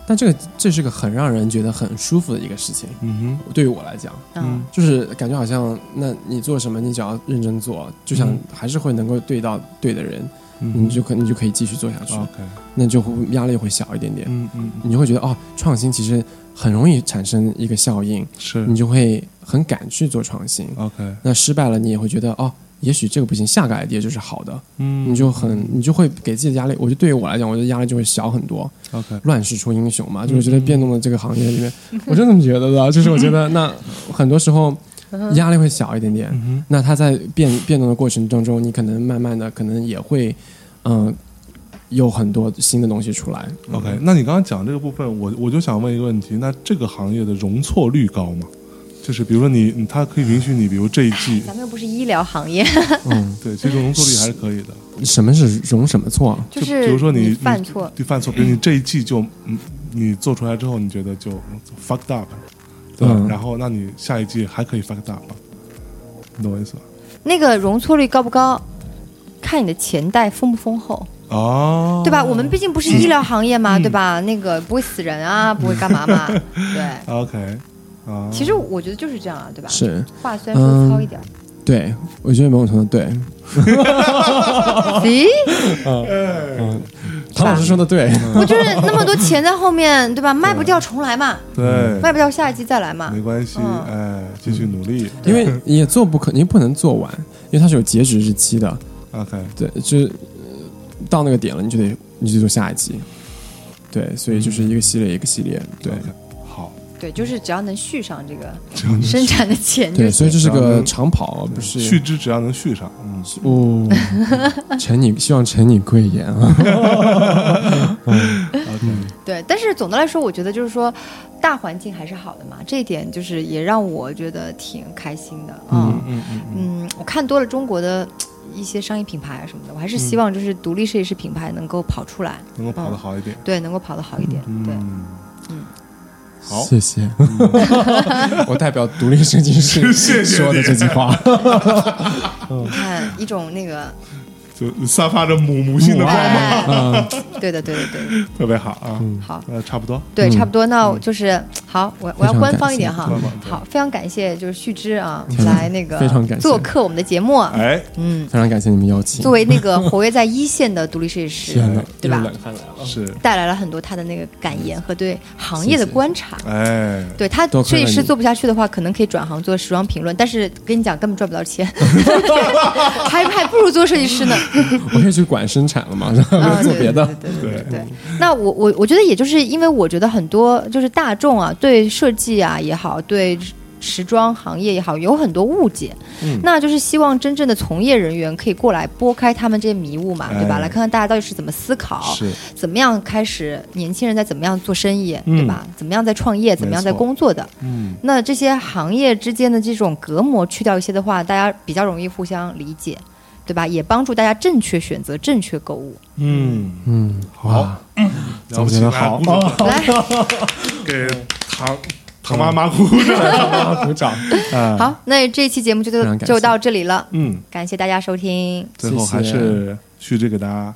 但这个这是个很让人觉得很舒服的一个事情，
嗯
对于我来讲，
嗯
就是感觉好像那你做什么，你只要认真做，就想
嗯
还是会能够对到对的人，
哼嗯
你就可你就可以继续做下去，
OK，
那就会压力会小一点点，
嗯嗯
你就会觉得哦，创新其实很容易产生一个效应，
是
你就会很敢去做创新。
OK，
那失败了，你也会觉得哦，也许这个不行，下个 idea 就是好的，
嗯
你就很你就会给自己的压力。我觉得对于我来讲，我觉得压力就会小很多。
OK
乱世出英雄嘛，就是觉得变动的这个行业里面，我真的觉得的，就是我觉得那很多时候压力会小一点
嗯
点。那他在变变动的过程当中，你可能慢慢的可能也会，嗯、有很多新的东西出来。
OK，那你刚刚讲这个部分，我我就想问一个问题，那这个行业的容错率高吗？就是比如说你，
啊
你它可以允许你，比如这一季，
咱们又不是医疗行业，
嗯，
对，其实容错率还是可以的。
什么是容什么错啊？
就
比
是
如说你
犯错，
你犯错，比如你这一季就嗯，你做出来之后，你觉得就 fucked up，对吧？
嗯
然后那你下一季还可以 fucked up，你懂我意思吧？
那个容错率高不高，看你的钱袋丰不丰厚，
哦，
对吧？我们毕竟不是医疗行业嘛，对吧？那个不会死人啊，不会干嘛嘛，对。
OK 啊，
其实我觉得就是这样啊，对吧？
是
话虽然说糙一点，
对，我觉得某种程度对，
(laughs) 咦，
唐老师说的对，
不就是那么多钱在后面，对吧？卖不掉重来嘛，
对，
卖不掉下一季再来嘛
没。关系，
嗯
哎，继续努力。
因为也做不可，你不能做完，因为它是有截止日期的。
OK，
对，就是呃到那个点了，你就得你就做下一季。对，所以就是一个系列一个系列，对
OK，好，
对，就是只要能续上这个生产的钱就
对，
行。
所以这是
然
个
后
长跑，啊不是
续之只要能续上，嗯，
哦。承你希望承你贵言啊，
对，但是总的来说，我觉得就是说，大环境还是好的嘛，这一点就是也让我觉得挺开心的嗯
嗯嗯
嗯，我看多了中国的一些商业品牌啊什么的，我还是希望就是独立设计师品牌能够跑出来，
能够跑得好一点，
对，能够跑得好一点，对。
嗯，好
谢谢。 (laughs) 我代表独立设计
(laughs)
师
谢谢你
说的这句话，
看一种那个，
就散发着母母性的光芒，
哎， (laughs) 对的，对的，对的，
特别好啊。
好，
呃，差不多，
对，差不多，那就是好，我我要官方一点哈
官方，对
好，非常感谢就是旭之啊
天，哪
来那个
非常感谢
做客我们的节目，
哎，
嗯，
非常感谢你们邀请。
作为那个活跃在一线的独立设计
天哪
师，对吧？
是，
带来了很多他的那个感言和对行业的观察。
哎，
对他
多亏
设
了
计师
你
做不下去的话，可能可以转行做时装评论，但是跟你讲根本赚不到钱，
(laughs)
还还不如做设计师呢。
我可以去管生产了嘛，然
啊
后 (laughs) 做
对
别的。
对对对对对。那我我我觉得也就是因为我觉得很多就是大众啊，对设计啊也好，对时装行业也好，有很多误解。嗯，那就是希望真正的从业人员可以过来拨开他们这些迷雾嘛，对吧？
哎
来看看大家到底是怎么思考，
是
怎么样开始年轻人在怎么样做生意，对吧？怎么样在创业，怎么样在
嗯没错
工作的。
嗯，
那这些行业之间的这种隔膜去掉一些的话，大家比较容易互相理解，对吧？也帮助大家正确选择、正确购物。
嗯，
嗯，
好，了不
总结
起，
得
大家
好
鼓掌 (laughs)
来，
给唐唐妈妈鼓掌，
鼓掌。
啊，
好，那这期节目就
嗯非
就
常感谢
就到这里了，
嗯，
感谢大家收听。
最后
谢谢
还是旭之给大家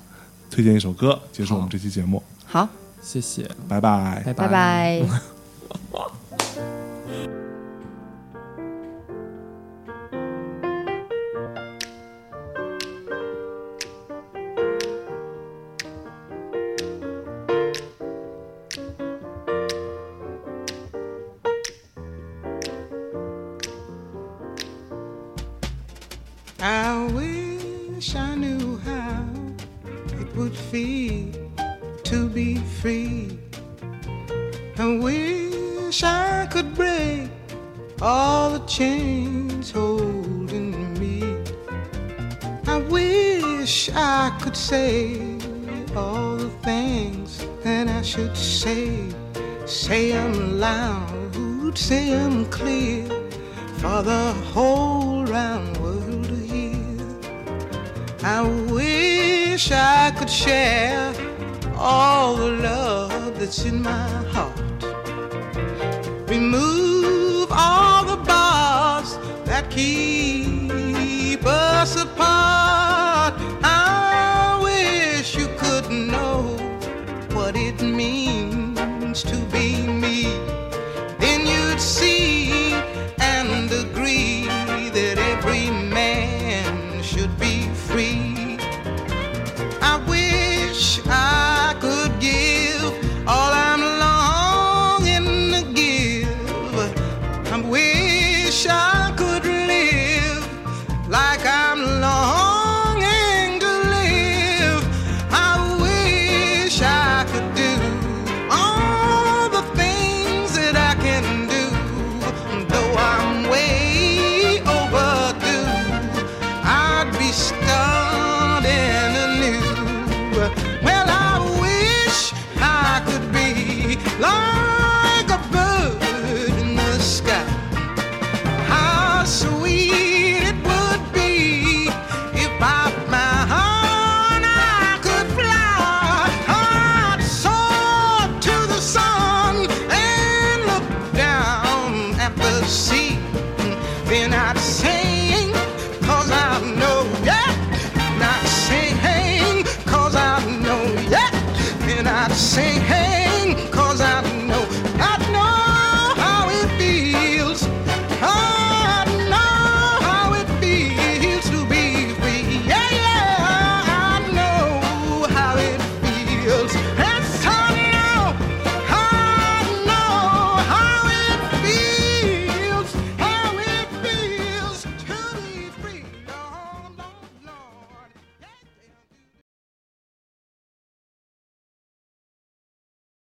推荐一首歌，结束我们这期节目，
好，
谢谢，
拜拜。
拜
拜拜。
I wish I knew how it would feel to be free. I wish I could break all the chains holding me. I wish I could say all the things that I should say. Say I'm loud, say I'm clear for the whole round world to hear. I wish I could share all the love that's in my heart. Remove all the bars that keep us apart. I wish you could know what it means to be me. Then you'd see and agree that every man should be free. I wish I could give all I'm longing to give. I wish I could live like I'm longing to live. I wish I could do all not sing